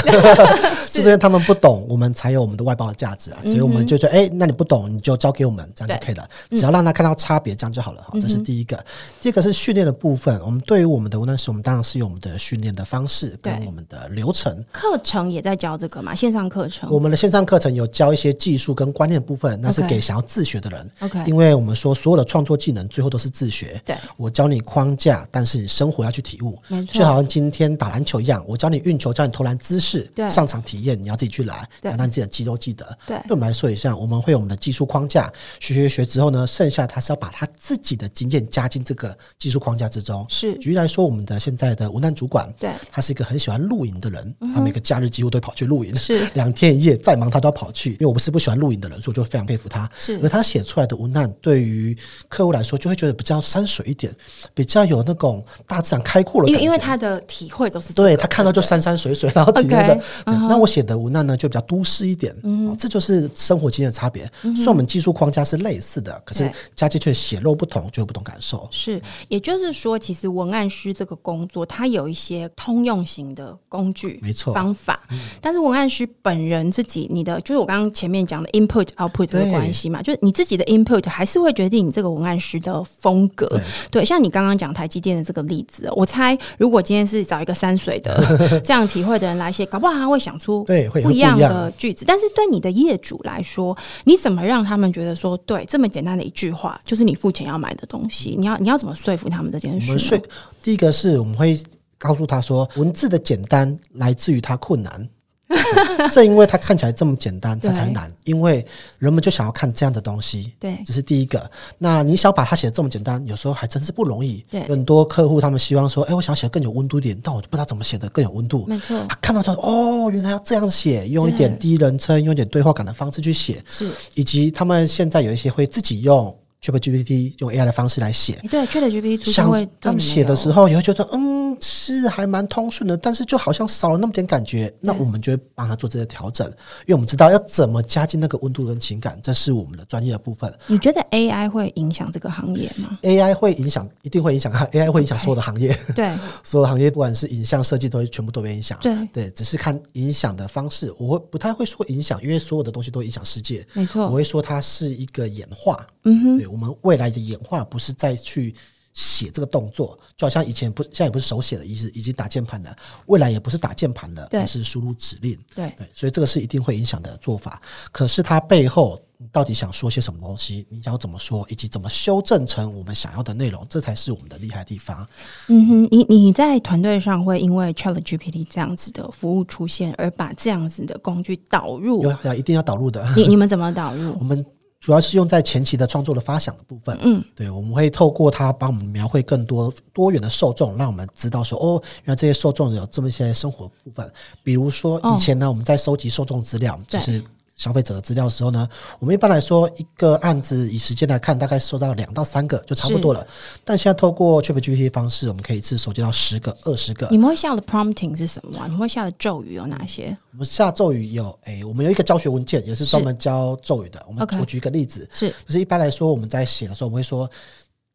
[SPEAKER 2] 就是因为他们不懂，我们才有我们的外包的价值啊。
[SPEAKER 1] 嗯
[SPEAKER 2] 所以我们就说，哎、那你不懂，你就交给我们，这样就可以了。只要让他看到差别，这样就好了。哦好，这
[SPEAKER 1] 嗯
[SPEAKER 2] 是第一个。第二个是训练的部分，我们对于我们的无论是我们当然是有我们的训练的方式
[SPEAKER 1] 对
[SPEAKER 2] 跟我们的流程。
[SPEAKER 1] 课程也在教这个嘛，线上课程。
[SPEAKER 2] 我们的线上课程有教一些技术跟观念的部分，那是
[SPEAKER 1] OK
[SPEAKER 2] 给想要自学的人。
[SPEAKER 1] OK，
[SPEAKER 2] 因为我们说所有的创作技能最后都是自学。
[SPEAKER 1] 对，
[SPEAKER 2] 我教你框架，但是你生活要去体悟。
[SPEAKER 1] 没
[SPEAKER 2] 就
[SPEAKER 1] 错
[SPEAKER 2] 好，像今天打篮球一样，我教你运球，教你投篮姿势
[SPEAKER 1] 对，
[SPEAKER 2] 上场体验你要自己去来，
[SPEAKER 1] 对
[SPEAKER 2] 然后让自己的肌肉记得。
[SPEAKER 1] 对
[SPEAKER 2] 对我们来说也像，我们会有我们的技术框架，学学学之后呢，剩下他是要把他自己的经验加进这个技术框架之中。
[SPEAKER 1] 是，
[SPEAKER 2] 举例来说，我们的现在的文案主管，
[SPEAKER 1] 对，嗯
[SPEAKER 2] 他是一个很喜欢露营的人，他每个假日几乎都会跑去露营，
[SPEAKER 1] 是
[SPEAKER 2] 两天一夜，再忙他都要跑去。因为我不是不喜欢露营的人，所以我就非常佩服他。
[SPEAKER 1] 是
[SPEAKER 2] 而他写出来的文案，对于客户来说，就会觉得比较山水一点，比较有那种大自然开阔的
[SPEAKER 1] 因为
[SPEAKER 2] 感觉。
[SPEAKER 1] 因为他啊的体会都是这个
[SPEAKER 2] 对他看到就山山水水，然后体验
[SPEAKER 1] OK，
[SPEAKER 2] 的。对嗯那我写的文案呢，就比较都市一点，
[SPEAKER 1] 嗯
[SPEAKER 2] 哦这就是生活经验的差别。虽然我们技术框架是类似的，可是
[SPEAKER 1] 对
[SPEAKER 2] 加进去的血肉不同，就有不同感受。
[SPEAKER 1] 是，也就是说，其实文案师这个工作，它有一些通用型的工具，
[SPEAKER 2] 没错嗯
[SPEAKER 1] 方法。但是文案师本人自己，你的就是我刚刚前面讲的 input output 的
[SPEAKER 2] 对
[SPEAKER 1] 关系嘛，就是你自己的 input 还是会决定你这个文案师的风格。对，像你刚刚讲台积电的这个例子，我猜如果今天是找一个山水 的这样体会的人来写，搞不好他会想出
[SPEAKER 2] 对会
[SPEAKER 1] 不
[SPEAKER 2] 会
[SPEAKER 1] 一
[SPEAKER 2] 不
[SPEAKER 1] 样
[SPEAKER 2] 一样
[SPEAKER 1] 的句子。但是对你的业主来说，你怎么让他们觉得说，对这么简单的一句话，就是你付钱要买的东西？你要你要怎么说服他们这件
[SPEAKER 2] 我
[SPEAKER 1] 事
[SPEAKER 2] 们
[SPEAKER 1] 呢？
[SPEAKER 2] 说第一个是我们会告诉他说，文字的简单来自于它困 难。对正因为它看起来这么简单，它才
[SPEAKER 1] 对
[SPEAKER 2] 难。因为人们就想要看这样的东西，
[SPEAKER 1] 对
[SPEAKER 2] 这是第一个。那你想把它写的这么简单，有时候还真是不容易。
[SPEAKER 1] 对
[SPEAKER 2] 有很多客户他们希望说，哎、我想写得更有温度一点，但我就不知道怎么写的更有温度。
[SPEAKER 1] 没错
[SPEAKER 2] 他看到他说，哦，原来要这样写，用一点
[SPEAKER 1] 对
[SPEAKER 2] 第一人称，用一点对话感的方式去写，
[SPEAKER 1] 是，
[SPEAKER 2] 以及他们现在有一些会自己用 ChatGPT 用 AI 的方式来写。
[SPEAKER 1] 诶对，Chat GPT 出现
[SPEAKER 2] 想
[SPEAKER 1] 会对
[SPEAKER 2] 他们
[SPEAKER 1] 你们
[SPEAKER 2] 写的
[SPEAKER 1] 有
[SPEAKER 2] 时候，也会觉得嗯是还蛮通顺的，但是就好像少了那么点感觉。那我们就会帮他做这些调整，因为我们知道要怎么加进那个温度跟情感，这是我们的专业的部分。
[SPEAKER 1] 你觉得 AI 会影响这个行业 吗？
[SPEAKER 2] AI 会影响，一定会影响它，AI 会影响所有的行业。
[SPEAKER 1] 对，
[SPEAKER 2] 所有行业，不管是影像设计，都会全部都被影响。
[SPEAKER 1] 对
[SPEAKER 2] 只是看影响的方式。我会不太会说影响，因为所有的东西都会影响世界。
[SPEAKER 1] 没
[SPEAKER 2] 我
[SPEAKER 1] 错，
[SPEAKER 2] 会说它是一个演化。嗯哼，对我们未来的演化不是再去写这个动作，就好像以前不，现在也不是手写的，已经已经打键盘的，未来也不是打键盘的，
[SPEAKER 1] 对
[SPEAKER 2] 而是输入指令。
[SPEAKER 1] 对，
[SPEAKER 2] 对，所以这个是一定会影响的做法。可是它背后你到底想说些什么东西，你想要怎么说，以及怎么修正成我们想要的内容，这才是我们的厉害地方。
[SPEAKER 1] 嗯哼，你你在团队上会因为 Chat GPT 这样子的服务出现，而把这样子的工具导入
[SPEAKER 2] 有，要一定要导入的。
[SPEAKER 1] 你你们怎么导
[SPEAKER 2] 我
[SPEAKER 1] 入？
[SPEAKER 2] 们主要是用在前期的创作的发想的部分。
[SPEAKER 1] 嗯，
[SPEAKER 2] 对，我们会透过它帮我们描绘更多多元的受众，让我们知道说，哦，原来这些受众有这么一些生活部分。比如说
[SPEAKER 1] 哦
[SPEAKER 2] 以前呢，我们在收集受众资料，就
[SPEAKER 1] 对
[SPEAKER 2] 是。消费者的资料的时候呢，我们一般来说一个案子以时间来看，大概收到两到三个就差不多了。但现在透过 ChatGPT 方式，我们可以一次收集到十个、二十个，
[SPEAKER 1] 你们会下的 prompting 是什么啊、你们会下的咒语有哪些？
[SPEAKER 2] 我们下咒语有，诶、我们有一个教学文件，也是专门教咒语的。我们
[SPEAKER 1] OK
[SPEAKER 2] 我举一个例子，
[SPEAKER 1] 是
[SPEAKER 2] 就是一般来说我们在写的时候，我们会说，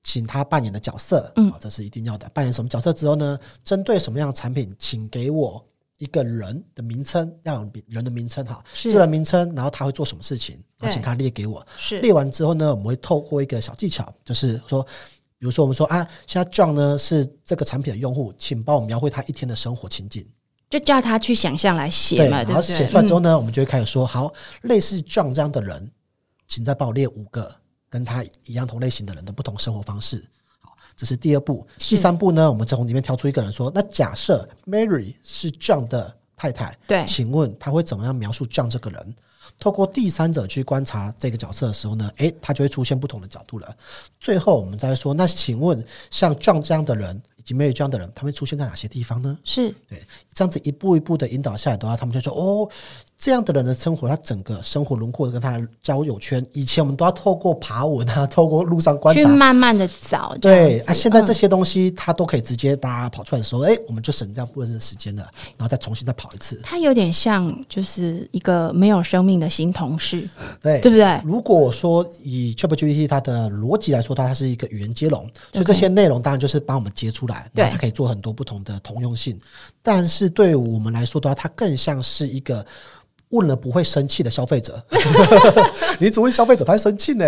[SPEAKER 2] 请他扮演的角色，嗯、这是一定要的。扮演什么角色之后呢，针对什么样的产品，请给我一个人的名称，要有人的名称哈，
[SPEAKER 1] 是
[SPEAKER 2] 这个人名称，然后他会做什么事情，然
[SPEAKER 1] 对
[SPEAKER 2] 后请他列给我。
[SPEAKER 1] 是
[SPEAKER 2] 列完之后呢，我们会透过一个小技巧，就是说。比如说，我们说啊，现在 John 呢是这个产品的用户，请帮我描绘他一天的生活情景。
[SPEAKER 1] 就叫他去想象来写
[SPEAKER 2] 对，
[SPEAKER 1] 嘛，对
[SPEAKER 2] 然
[SPEAKER 1] 不
[SPEAKER 2] 后写
[SPEAKER 1] 对？嗯
[SPEAKER 2] 出来之后呢，我们就会开始说，好，类似 John 这样的人，请再帮我列五个跟他一样同类型的人的不同生活方式。好，这是第二步。第三步呢，我们再从里面挑出一个人说，那假设 Mary 是 John 的太太，
[SPEAKER 1] 对
[SPEAKER 2] 请问他会怎么样描述 John 这个人？透过第三者去观察这个角色的时候呢，诶，他就会出现不同的角度了。最后，我们再说，那请问像 John 这样的人以及 Mary 这样的人，他会出现在哪些地方呢？
[SPEAKER 1] 是
[SPEAKER 2] 对，这样子一步一步的引导下来的话，他们就说哦，这样的人的生活，他整个生活轮廓跟他的交友圈，以前我们都要透过爬文啊，透过路上观
[SPEAKER 1] 去
[SPEAKER 2] 察。
[SPEAKER 1] 慢慢的找，
[SPEAKER 2] 对啊，现在这
[SPEAKER 1] 嗯、
[SPEAKER 2] 些东西他都可以直接把它跑出来的时候，哎、我们就省掉部分的时间了，然后再重新再跑一次。
[SPEAKER 1] 它有点像就是一个没有生命的新同事，
[SPEAKER 2] 对，
[SPEAKER 1] 对不对？
[SPEAKER 2] 如果说以 ChatGPT 它的逻辑来说，它它是一个语言接龙，所以这些内容当然就是帮我们接出来，
[SPEAKER 1] 嗯对
[SPEAKER 2] 然后它可以做很多不同的通用性。但是对我们来说的话，它更像是一个。问了不会生气的消费 者，你只问消费者，他会生
[SPEAKER 1] 哎
[SPEAKER 2] 气呢。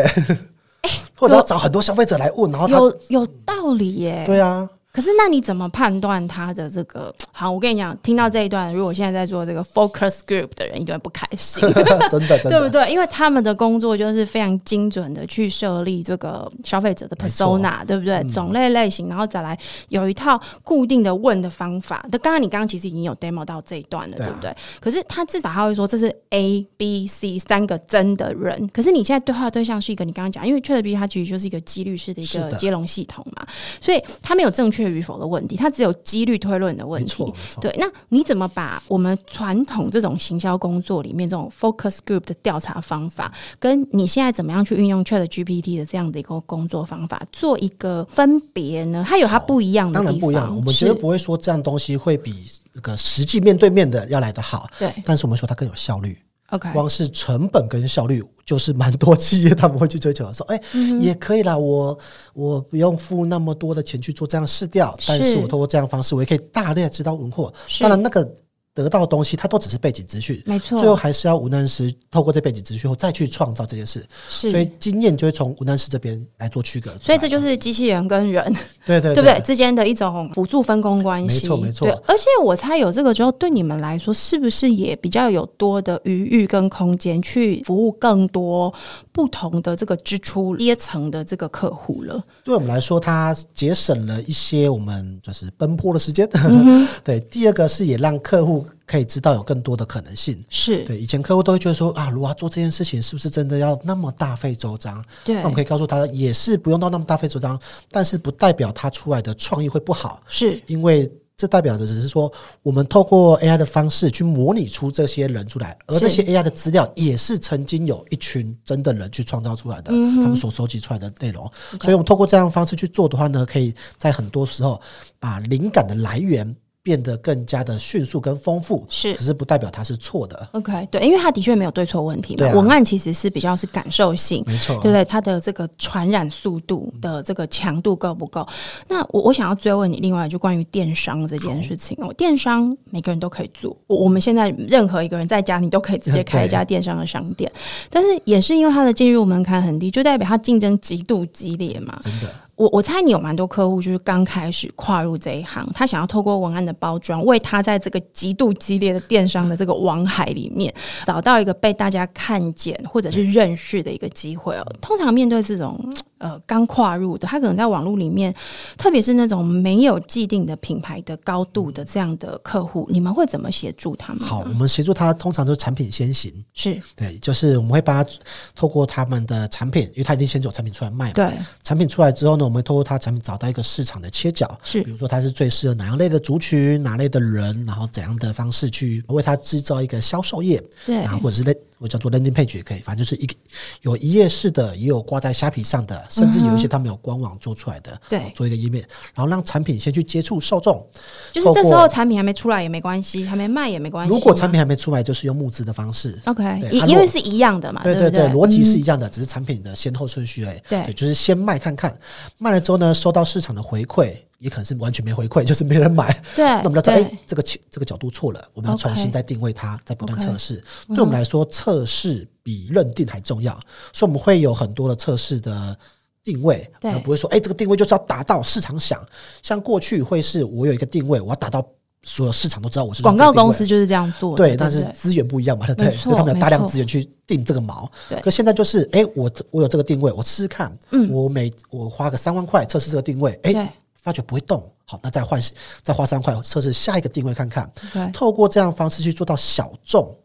[SPEAKER 2] 或者要找很多消费者来问，然后他
[SPEAKER 1] 有有道理耶。
[SPEAKER 2] 对啊，
[SPEAKER 1] 可是那你怎么判断他的这个？好，我跟你讲，听到这一段，如果现在在做这个 focus group 的人，一定会不开心。
[SPEAKER 2] 真的真
[SPEAKER 1] 对不
[SPEAKER 2] 的，
[SPEAKER 1] 对？因为他们的工作就是非常精准的去设立这个消费者的
[SPEAKER 2] 没错嗯
[SPEAKER 1] persona，对不对？种类类型，然后再来有一套固定的问的方法。那刚刚你刚刚其实已经有 demo 到这一段了，
[SPEAKER 2] 对
[SPEAKER 1] 对
[SPEAKER 2] 啊
[SPEAKER 1] 不对？可是他至少他会说这是 A、B、C 三个真的人。可是你现在对话对象是一个你刚刚讲，因为 ChatGPT 它其实就是一个几率式的一
[SPEAKER 2] 是
[SPEAKER 1] 个
[SPEAKER 2] 的
[SPEAKER 1] 接龙系统嘛，所以它没有正确与否的问题，它只有几率推论的问
[SPEAKER 2] 没
[SPEAKER 1] 题
[SPEAKER 2] 错。没错。
[SPEAKER 1] 对，那你怎么把我们传统这种行销工作里面这种 focus group 的调查方法，跟你现在怎么样去运用 Chat GPT 的这样的一个工作方法做一个分别呢？它有它不一样的
[SPEAKER 2] 当
[SPEAKER 1] 地方，
[SPEAKER 2] 然不一样，我们绝
[SPEAKER 1] 是
[SPEAKER 2] 对不会说这样东西会比那个实际面对面的要来得好，
[SPEAKER 1] 对
[SPEAKER 2] 但是我们说它更有效率。
[SPEAKER 1] OK，
[SPEAKER 2] 光是成本跟效率，就是蛮多企业他们会去追求的，说，哎、
[SPEAKER 1] 嗯
[SPEAKER 2] 也可以啦，我我不用付那么多的钱去做这样的试调，
[SPEAKER 1] 是
[SPEAKER 2] 但是我通过这样的方式，我也可以大量知道轮廓。
[SPEAKER 1] 是
[SPEAKER 2] 当然，那个得到的东西，它都只是背景资讯，
[SPEAKER 1] 没错
[SPEAKER 2] 最后还是要无难师透过这背景资讯后再去创造这件事，
[SPEAKER 1] 是
[SPEAKER 2] 所以经验就会从无难师这边来做区隔出来。
[SPEAKER 1] 所以这就是机器人跟人
[SPEAKER 2] 对对
[SPEAKER 1] 对不对？之间的一种辅助分工关系，
[SPEAKER 2] 没错没错
[SPEAKER 1] 对而且我猜有这个之后，对你们来说是不是也比较有多的余裕跟空间去服务更多不同的这个支出阶层的这个客户了？
[SPEAKER 2] 对我们来说，它节省了一些我们就是奔波的时间。
[SPEAKER 1] 嗯
[SPEAKER 2] 对，第二个是也让客户可以知道有更多的可能性。
[SPEAKER 1] 是
[SPEAKER 2] 对，以前客户都会觉得说啊，如果要做这件事情，是不是真的要那么大费周章？
[SPEAKER 1] 对
[SPEAKER 2] 那我们可以告诉他，也是不用到那么大费周章，但是不代表他出来的创意会不好，
[SPEAKER 1] 是
[SPEAKER 2] 因为这代表着只是说，我们透过 AI 的方式去模拟出这些人出来，而
[SPEAKER 1] 是
[SPEAKER 2] 这些 AI 的资料也是曾经有一群真的人去创造出来的，
[SPEAKER 1] 嗯
[SPEAKER 2] 他们所收集出来的内容。所以，我们透过这样的方式去做的话呢，可以在很多时候把灵感的来源变得更加的迅速跟丰富。
[SPEAKER 1] 是
[SPEAKER 2] 可是不代表它是错的，
[SPEAKER 1] OK，对，因为它的确没有对错问题嘛。
[SPEAKER 2] 对啊
[SPEAKER 1] 文案其实是比较是感受性，
[SPEAKER 2] 没错。
[SPEAKER 1] 对不对？它的这个传染速度的这个强度够不够？那我我想要追问你，另外就关于电商这件事情哦，电商每个人都可以做，我我们现在任何一个人在家，你都可以直接开一家电商的商店，但是也是因为它的进入门槛很低，就代表它竞争极度激烈嘛。
[SPEAKER 2] 真的，
[SPEAKER 1] 我我猜你有蛮多客户就是刚开始跨入这一行，他想要透过文案的包装，为他在这个极度激烈的电商的这个网海里面，找到一个被大家看见或者是认识的一个机会哦。通常面对这种呃刚跨入的，他可能在网络里面，特别是那种没有既定的品牌的高度的这样的客户，你们会怎么协助他们呢？
[SPEAKER 2] 好，我们协助他通常都是产品先行，
[SPEAKER 1] 是
[SPEAKER 2] 对，就是我们会帮他透过他们的产品，因为他一定先走产品出来卖嘛。
[SPEAKER 1] 对
[SPEAKER 2] 产品出来之后呢，我们会透过他产品找到一个市场的切角，比
[SPEAKER 1] 是
[SPEAKER 2] 如说他是最适合哪样类的族群、哪类的人，然后怎样的方式去为他制造一个销售页，
[SPEAKER 1] 对
[SPEAKER 2] 然后或者是类我叫做 landing page 也可以，反正就是一个有一页式的，也有挂在虾皮上的，甚至有一些他们有官网做出来的，
[SPEAKER 1] 嗯
[SPEAKER 2] 哦
[SPEAKER 1] 对，
[SPEAKER 2] 做一个页面，然后让产品先去接触受众。
[SPEAKER 1] 就是这
[SPEAKER 2] 透
[SPEAKER 1] 时
[SPEAKER 2] 过
[SPEAKER 1] 候产品还没出来也没关系，还没卖也没关系吗。
[SPEAKER 2] 如果产品还没出来，就是用募资的方式，
[SPEAKER 1] OK，
[SPEAKER 2] 对
[SPEAKER 1] 因
[SPEAKER 2] 它
[SPEAKER 1] 因
[SPEAKER 2] 如
[SPEAKER 1] 为
[SPEAKER 2] 果
[SPEAKER 1] 是一样的嘛，
[SPEAKER 2] 对
[SPEAKER 1] 不
[SPEAKER 2] 对对，逻辑是
[SPEAKER 1] 嗯
[SPEAKER 2] 一样的，只是产品的先后顺序而已。
[SPEAKER 1] 对
[SPEAKER 2] 就是先卖看看，卖了之后呢，收到市场的回馈，也可能是完全没回馈，就是没人买。
[SPEAKER 1] 对，
[SPEAKER 2] 那我们要说，哎、
[SPEAKER 1] 对
[SPEAKER 2] 这个切这个角度错了，我们要
[SPEAKER 1] OK
[SPEAKER 2] 重新再定位它，再不断
[SPEAKER 1] OK 嗯
[SPEAKER 2] 测试。对我们来说，测试比认定还重要，所以我们会有很多的测试的。定位，
[SPEAKER 1] 对
[SPEAKER 2] 而不会说，哎、这个定位就是要达到市场想。像过去会是我有一个定位，我要达到所有市场都知道我是
[SPEAKER 1] 广
[SPEAKER 2] 这个
[SPEAKER 1] 告
[SPEAKER 2] 定位
[SPEAKER 1] 公司就是这样做的，
[SPEAKER 2] 对，
[SPEAKER 1] 对
[SPEAKER 2] 但
[SPEAKER 1] 不
[SPEAKER 2] 是
[SPEAKER 1] 对
[SPEAKER 2] 资源不一样嘛，对不对？
[SPEAKER 1] 没错
[SPEAKER 2] 所以他们有大
[SPEAKER 1] 没
[SPEAKER 2] 量
[SPEAKER 1] 错
[SPEAKER 2] 资源去定这个毛。
[SPEAKER 1] 对嗯
[SPEAKER 2] 可现在就是，哎、我我有这个定位，我试试看，我每我花个三万块测试这个定位，哎、
[SPEAKER 1] 对
[SPEAKER 2] 发觉不会动，好，那再换再花三块测试下一个定位看看。
[SPEAKER 1] OK
[SPEAKER 2] 透过这样的方式去做到小众。
[SPEAKER 1] 嗯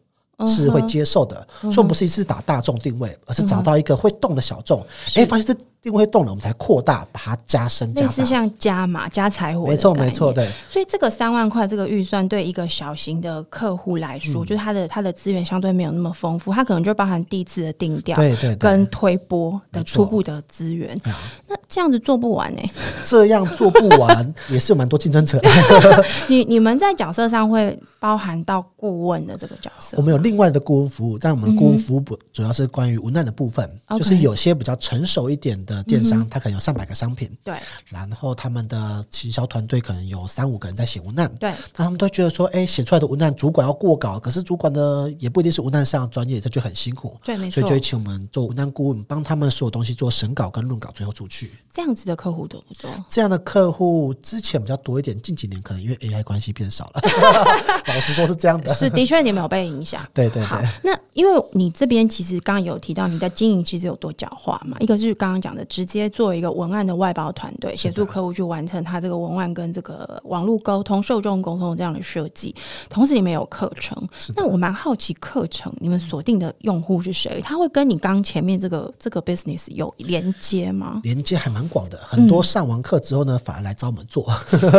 [SPEAKER 2] 是会接受的，所以我们不是一次打大众定位，而是找到一个会动的小众。哎、发现这定位会动了，我们才扩大，把它加深加
[SPEAKER 1] 类似
[SPEAKER 2] 大。
[SPEAKER 1] 像加码加柴火，
[SPEAKER 2] 没错，没错，。对。
[SPEAKER 1] 所以这个三万块这个预算对一个小型的客户来
[SPEAKER 2] 嗯
[SPEAKER 1] 说，就是他的他的资源相对没有那么丰富，他可能就包含地质的定调，
[SPEAKER 2] 对对对
[SPEAKER 1] 跟推波的
[SPEAKER 2] 没错嗯
[SPEAKER 1] 初步的资源。那这样子做不完哎、
[SPEAKER 2] 这样做不 完，也是有蛮多竞争者。
[SPEAKER 1] 你你们在角色上会包含到顾问的这个角色
[SPEAKER 2] 我，们有另外的顾问服务，但我们顾问服务不主要是关于文案的部分，
[SPEAKER 1] 嗯 OK 嗯
[SPEAKER 2] 就是有些比较成熟一点的电商，它可能有上百个商品，
[SPEAKER 1] 对
[SPEAKER 2] 然后他们的行销团队可能有三五个人在写文案，
[SPEAKER 1] 对
[SPEAKER 2] 那他们都觉得说，哎，写出来的文案主管要过稿，可是主管呢也不一定是文案上的专业，这就很辛苦。
[SPEAKER 1] 对，没错
[SPEAKER 2] 所以就，会请我们做文案顾问，帮他们所有东西做审稿跟论稿，最后出去。
[SPEAKER 1] 这样子的客户多 不多？
[SPEAKER 2] 这样的客户之前比较多一点，近几年可能因为 AI 关系变少 了。老实说是这样的，
[SPEAKER 1] 是，的确你没有被影响。
[SPEAKER 2] 对对
[SPEAKER 1] 好
[SPEAKER 2] 对，？
[SPEAKER 1] 那因为你这边其实刚刚有提到你的经营其实有多角化嘛，一个是刚刚讲的直接做一个文案的外包团队，协助客户去完成他这个文案跟这个网络沟通、受众沟通这样的设计，同时里面有课程。那我蛮好奇课程你们锁定的用户是谁？他会跟你刚前面这个这个 business 有连接吗
[SPEAKER 2] 连接还蛮广的，很多上完课之后呢，反而来找我们做。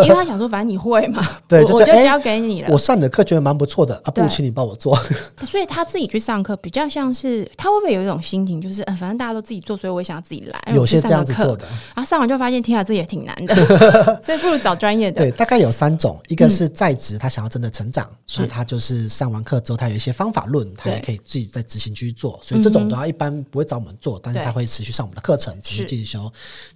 [SPEAKER 1] 因为他想说反正你会嘛，
[SPEAKER 2] 对
[SPEAKER 1] 我
[SPEAKER 2] 就
[SPEAKER 1] 我
[SPEAKER 2] 觉
[SPEAKER 1] 就
[SPEAKER 2] 得哎
[SPEAKER 1] 交给你了。
[SPEAKER 2] 我上你的课觉得蛮不错的啊，不如
[SPEAKER 1] 对
[SPEAKER 2] 请你帮我做。
[SPEAKER 1] 所以他自己去上课，比较像是他会不会有一种心情，就是嗯，反正大家都自己做，所以我也想要自己来。
[SPEAKER 2] 有些这样子
[SPEAKER 1] 然后去上个课，
[SPEAKER 2] 做的，
[SPEAKER 1] 然后上完就发现天啊，这也挺难 的，所以不如找专业的。嗯
[SPEAKER 2] 对，大概有三种，一个是在职，他想要真的成长，所以
[SPEAKER 1] 是
[SPEAKER 2] 他就是上完课之后，他有一些方法论，他
[SPEAKER 1] 嗯
[SPEAKER 2] 也
[SPEAKER 1] 对嗯
[SPEAKER 2] 可以自己在执行去做。所以这种的话，一般不会找我们做，但是
[SPEAKER 1] 对
[SPEAKER 2] 他会持续上我们的课程，持续
[SPEAKER 1] 是
[SPEAKER 2] 进修。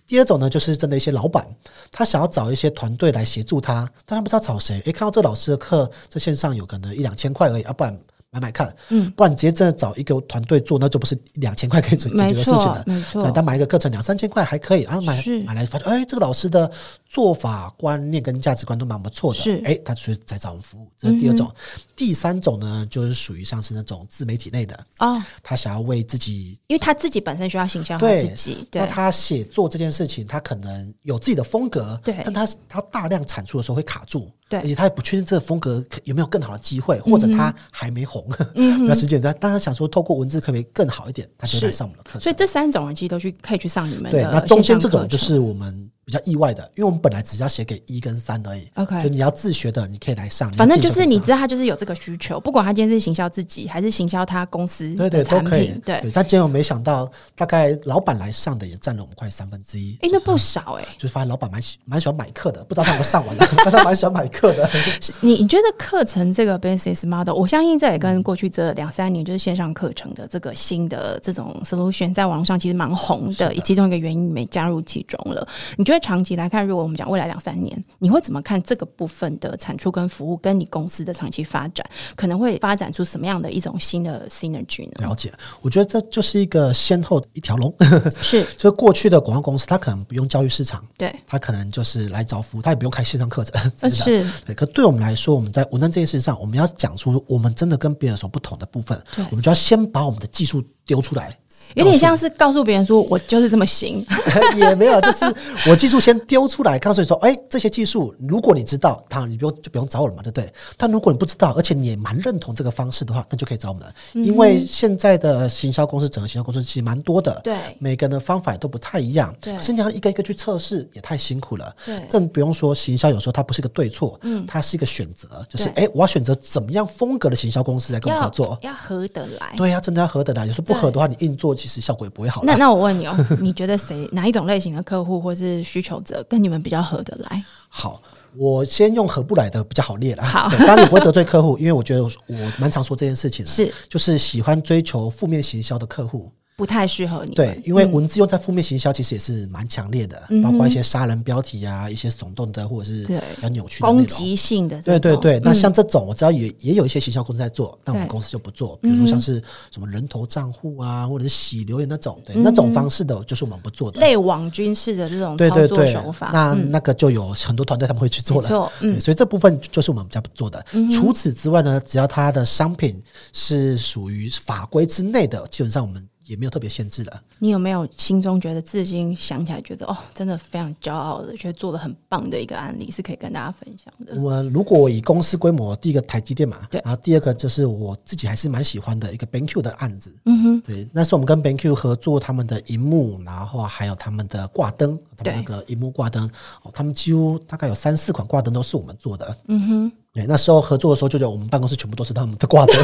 [SPEAKER 2] 第二种呢，就是真的一些老板，他想要找一些团队来协助他，但他不知道找谁。诶，看到这老师的课在线上有可能一两千块而已，啊要、不然。买买看，嗯，不然你直接真的找一个团队做，那就不是两千块可以解决
[SPEAKER 1] 没
[SPEAKER 2] 的事情
[SPEAKER 1] 错
[SPEAKER 2] 了，。
[SPEAKER 1] 没
[SPEAKER 2] 对，
[SPEAKER 1] 错，
[SPEAKER 2] 但买一个课程两三千块还可以，然后买
[SPEAKER 1] 是
[SPEAKER 2] 买来发现，哎，这个老师的做法观念跟价值观都蛮不错的，
[SPEAKER 1] 是嗯
[SPEAKER 2] 哎，他所以在找我们服务，这是第二种。第三种呢，就是属于像是那种自媒体类的，
[SPEAKER 1] 哦，
[SPEAKER 2] 他想要为自己。
[SPEAKER 1] 因为他自己本身需要形象他
[SPEAKER 2] 对
[SPEAKER 1] 自己，
[SPEAKER 2] 那
[SPEAKER 1] 对，
[SPEAKER 2] 他写作这件事情，他可能有自己的风格，
[SPEAKER 1] 对
[SPEAKER 2] 但他他大量产出的时候会卡住，
[SPEAKER 1] 对嗯
[SPEAKER 2] 而且他也不确定这个风格可有没有更好的机会，或者他还没红， 那时间，但但他想说透过文字可不可以更好一点，他就来
[SPEAKER 1] 是
[SPEAKER 2] 上我们的课程。
[SPEAKER 1] 所以这三种人其实都去可以去上你们的
[SPEAKER 2] 对，那中间
[SPEAKER 1] 线上
[SPEAKER 2] 这种
[SPEAKER 1] 课
[SPEAKER 2] 就
[SPEAKER 1] 程
[SPEAKER 2] 是我们比较意外的，因为我们本来只要写给一跟三而已。
[SPEAKER 1] OK
[SPEAKER 2] 就你要自学的，你可以来上。
[SPEAKER 1] 反正就是你
[SPEAKER 2] 要
[SPEAKER 1] 知道他就是有这个需求，不管他今天是行销自己还是行销他公司
[SPEAKER 2] 进修可
[SPEAKER 1] 的
[SPEAKER 2] 以上对对都
[SPEAKER 1] 产
[SPEAKER 2] 可以
[SPEAKER 1] 品，。对，
[SPEAKER 2] 但结果没想到，大概老板来上的也占了我们快三分之一。
[SPEAKER 1] 哎，那不少哎。
[SPEAKER 2] 就发现老板蛮喜蛮喜欢买课的，不知道他有没有上完了， 但他蛮喜欢买课的。
[SPEAKER 1] 你你觉得课程这个 business model，我相信这也跟过去这两三年就是线上课程的这个新的这种 solution 在网络上其实蛮红的，其中一个原因你们也加入其中了。你觉得长期来看，如果我们讲未来两三年，你会怎么看这个部分的产出跟服务，跟你公司的长期发展，可能会发展出什么样的一种新的 synergy 呢？
[SPEAKER 2] 了解，我觉得这就是一个先后一条龙。
[SPEAKER 1] 是
[SPEAKER 2] 就是过去的广告公司，他可能不用教育市场，
[SPEAKER 1] 对，
[SPEAKER 2] 他可能就是来找服务，他也不用开线上课程，
[SPEAKER 1] 呃
[SPEAKER 2] 真的。
[SPEAKER 1] 是
[SPEAKER 2] 对，可对我们来说，我们在文案这件事情上，我们要讲出我们真的跟别人有所不同的部分
[SPEAKER 1] 对，
[SPEAKER 2] 我们就要先把我们的技术丢出来。
[SPEAKER 1] 有点像是告诉别人说我就是这么 行，
[SPEAKER 2] 也没有，就是我技术先丢出来，告诉你说，哎、这些技术如果你知道，它你不用就不用找我了嘛，对不对？但如果你不知道，而且你也蛮认同这个方式的话，那就可以找我们了。
[SPEAKER 1] 嗯
[SPEAKER 2] 因为现在的行销公司，整个行销公司其实蛮多的，
[SPEAKER 1] 对
[SPEAKER 2] 每个人的方法也都不太一样，
[SPEAKER 1] 对
[SPEAKER 2] 可是你要一个一个去测试，也太辛苦了，
[SPEAKER 1] 对
[SPEAKER 2] 更不用说行销有时候它不是一个对错，嗯，它是一个选择，就是哎、
[SPEAKER 1] 对
[SPEAKER 2] 我要选择怎么样风格的行销公司来跟我合
[SPEAKER 1] 要
[SPEAKER 2] 作。
[SPEAKER 1] 要合得来。
[SPEAKER 2] 对啊呀、真的要合得来。有时候不合的
[SPEAKER 1] 对
[SPEAKER 2] 话，你硬做其实效果也不会好啦。
[SPEAKER 1] 那那我问你哦， 你觉得谁哪一种类型的客户或是需求者跟你们比较合得来？
[SPEAKER 2] 好，我先用合不来的比较好列啦。
[SPEAKER 1] 好
[SPEAKER 2] 对当然你不会得罪客户，因为 我觉得我我蛮常说这件事情的，
[SPEAKER 1] 是
[SPEAKER 2] 就是喜欢追求负面行销的客户。
[SPEAKER 1] 不太适合你们
[SPEAKER 2] 对，，因为文字用在负面行销其实也是蛮强烈的，包括一些杀人标题啊，一些耸动的或者是
[SPEAKER 1] 嗯对
[SPEAKER 2] 比较扭曲的内容
[SPEAKER 1] 攻。击性的这
[SPEAKER 2] 对
[SPEAKER 1] 种，嗯
[SPEAKER 2] 对对，那像这种我知道也也有一些行销公司在做，但我们
[SPEAKER 1] 对
[SPEAKER 2] 公司就不做。比如说像是什么人头账户啊，或者是洗留言那种，
[SPEAKER 1] 嗯
[SPEAKER 2] 对那种方式的，就是我们不做的。
[SPEAKER 1] 类网军式的这种
[SPEAKER 2] 对
[SPEAKER 1] 操
[SPEAKER 2] 对
[SPEAKER 1] 作
[SPEAKER 2] 对
[SPEAKER 1] 手，法，嗯
[SPEAKER 2] 那那个就有很多团队他们会去做
[SPEAKER 1] 没错嗯
[SPEAKER 2] 了，对，所以这部分就是我们比较不做的。除此之外呢，只要它的商品是属于法规之内的，基本上我们也没有特别限制了。
[SPEAKER 1] 你有没有心中觉得至今想起来觉得哦，真的非常骄傲的，觉得做的很棒的一个案例是可以跟大家分享的？
[SPEAKER 2] 我如果以公司规模，第一个台积电嘛，
[SPEAKER 1] 对
[SPEAKER 2] 然后第二个就是我自己还是蛮喜欢的一个 BenQ 的案子，嗯哼，对，那时候我们跟 BenQ 合作他们的荧幕，然后还有他们的挂灯，他
[SPEAKER 1] 对
[SPEAKER 2] 们那个荧幕挂灯，哦，他们几乎大概有三四款挂灯都是我们做的，嗯哼。对，那时候合作的时候，就觉得我们办公室全部都是他们的 挂灯，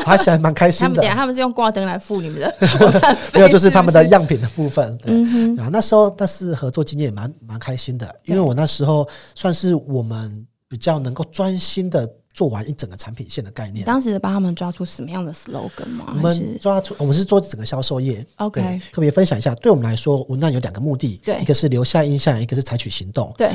[SPEAKER 2] 我还想还蛮开
[SPEAKER 1] 他
[SPEAKER 2] 心
[SPEAKER 1] 们
[SPEAKER 2] 的，
[SPEAKER 1] 等一。下他们是用挂灯来付你们的
[SPEAKER 2] 没有，就是他们的
[SPEAKER 1] 是不是嗯
[SPEAKER 2] 样品的部分。对啊，那时候但是合作经验也蛮蛮开心的，因为我那时候算是我们比较能够专心的。做完一整个产品线的概
[SPEAKER 1] 你
[SPEAKER 2] 念。
[SPEAKER 1] 啊当时帮他们抓出什么样的 slogan 吗？
[SPEAKER 2] 我
[SPEAKER 1] 还是
[SPEAKER 2] 们抓出，我们是做整个销售业。
[SPEAKER 1] OK
[SPEAKER 2] 对特别分享一下，对我们来说，文案有两个目的，
[SPEAKER 1] 对
[SPEAKER 2] 一个是留下印象，一个是采取行动。
[SPEAKER 1] 对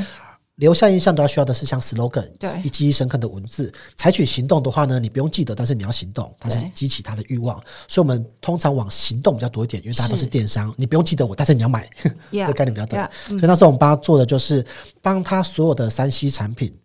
[SPEAKER 2] 留下印象都要需要的是像 slogan，
[SPEAKER 1] 对
[SPEAKER 2] 以记忆深刻的文字。采取行动的话呢，你不用记得，但是你要行动，它是
[SPEAKER 1] 对
[SPEAKER 2] 激起他的欲望。所以我们通常往行动比较多一点，因为大家都是电商，你不用记得我，但是你要买，
[SPEAKER 1] 嗯 ，Yeah，
[SPEAKER 2] 这概念比较大
[SPEAKER 1] yeah，。嗯
[SPEAKER 2] 所以那时候我们帮他做的就是帮他所有的三 C 产品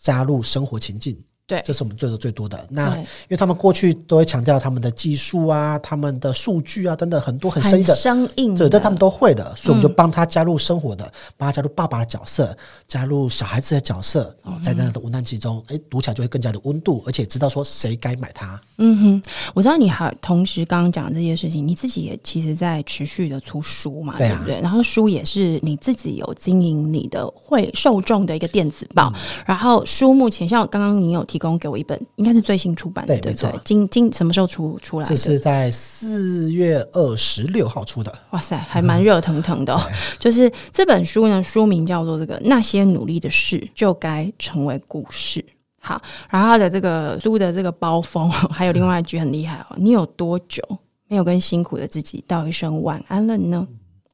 [SPEAKER 2] 加入生活情境。
[SPEAKER 1] 对
[SPEAKER 2] 这是我们做的最多的。那
[SPEAKER 1] 对
[SPEAKER 2] 因为他们过去都会强调他们的技术啊、他们的数据啊等等很多很深
[SPEAKER 1] 很
[SPEAKER 2] 意的
[SPEAKER 1] 生硬
[SPEAKER 2] 对，
[SPEAKER 1] 的，
[SPEAKER 2] 但他们都会的，所以我们就帮他加入生活的，帮他加入爸爸的角色，加入小孩子的角色，哦，在那样的文案其中，哎、读起来就会更加的温度，而且知道说谁该买它。
[SPEAKER 1] 嗯哼，我知道你还同时刚刚讲这些事情，你自己也其实在持续的出书嘛，
[SPEAKER 2] 对啊
[SPEAKER 1] 不对？然后书也是你自己有经营你的会受众的一个电子报，
[SPEAKER 2] 嗯
[SPEAKER 1] 然后书目前像刚刚你有提供给我一本，应该是最新出版的，对
[SPEAKER 2] 对
[SPEAKER 1] 不对
[SPEAKER 2] 没错？
[SPEAKER 1] 今今什么时候出出来
[SPEAKER 2] 这
[SPEAKER 1] 的？
[SPEAKER 2] 是在四月二十六号出的，
[SPEAKER 1] 哇塞，还蛮热腾腾的、哦。就是这本书呢，书名叫做《这个那些努力的事就该成为故事》。好，然后它的这个书的这个包封， 还有另外一句很厉害哦，你有多久没有跟辛苦的自己道一声晚安了呢？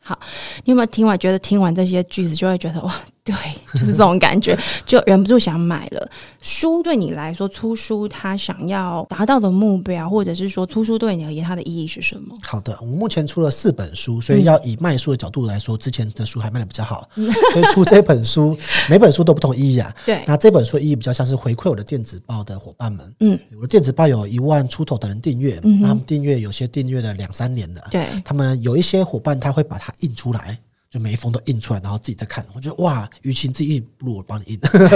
[SPEAKER 1] 好，你有没有听完觉得听完这些句子就会觉得哇，对，就是这种感觉，就忍不住想买了。书对你来说，出书它想要达到的目标，或者是说出书对你而言它的意义是什么？
[SPEAKER 2] 好的，我嗯目前出了四本书，所以要以卖书的角度来说，之前的书还卖的比较 好，所以出这本书，每本书都不同意义啊。
[SPEAKER 1] 对
[SPEAKER 2] 那这本书的意义比较像是回馈我的电子报的伙伴们，
[SPEAKER 1] 嗯，
[SPEAKER 2] 我的电子报有一万出头的人订阅，那他们订阅有些订阅了两三年的，
[SPEAKER 1] 对
[SPEAKER 2] 他们有一些伙伴他会把它印出来。就每一封都印出来，然后自己再看，我觉得哇，与其自己印，不如我帮你 印，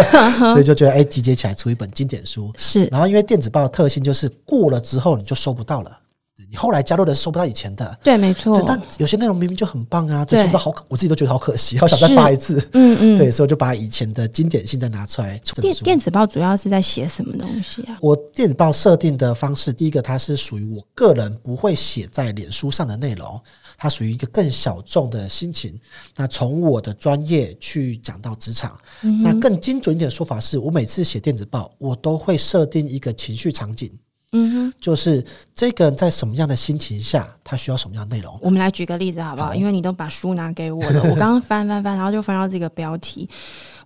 [SPEAKER 2] 所以就觉得哎、集结起来出一本经典书，
[SPEAKER 1] 是
[SPEAKER 2] 然后因为电子报的特性就是过了之后你就收不到了，对你后来加入的是收不到以前的。
[SPEAKER 1] 对，没错
[SPEAKER 2] 对，。但有些内容明明就很棒啊，
[SPEAKER 1] 哦对
[SPEAKER 2] 对，收不到好可，我自己都觉得好可惜，好想
[SPEAKER 1] 是
[SPEAKER 2] 再发一次。
[SPEAKER 1] 嗯嗯，
[SPEAKER 2] 对，所以我就把以前的经典性再拿出来出这本
[SPEAKER 1] 电
[SPEAKER 2] 书。
[SPEAKER 1] 电子报主要是在写什么东西啊？
[SPEAKER 2] 我电子报设定的方式，第一个它是属于我个人不会写在脸书上的内容，它属于一个更小众的心情。那从我的专业去讲到职场，
[SPEAKER 1] 嗯
[SPEAKER 2] 那更精准一点的说法是，我每次写电子报，我都会设定一个情绪场景。
[SPEAKER 1] 嗯哼，
[SPEAKER 2] 就是这个人在什么样的心情下，他需要什么样的内容。
[SPEAKER 1] 我们来举个例子好不好？因为你都把书拿给我了，我刚刚翻翻翻，然后就翻到这个标题，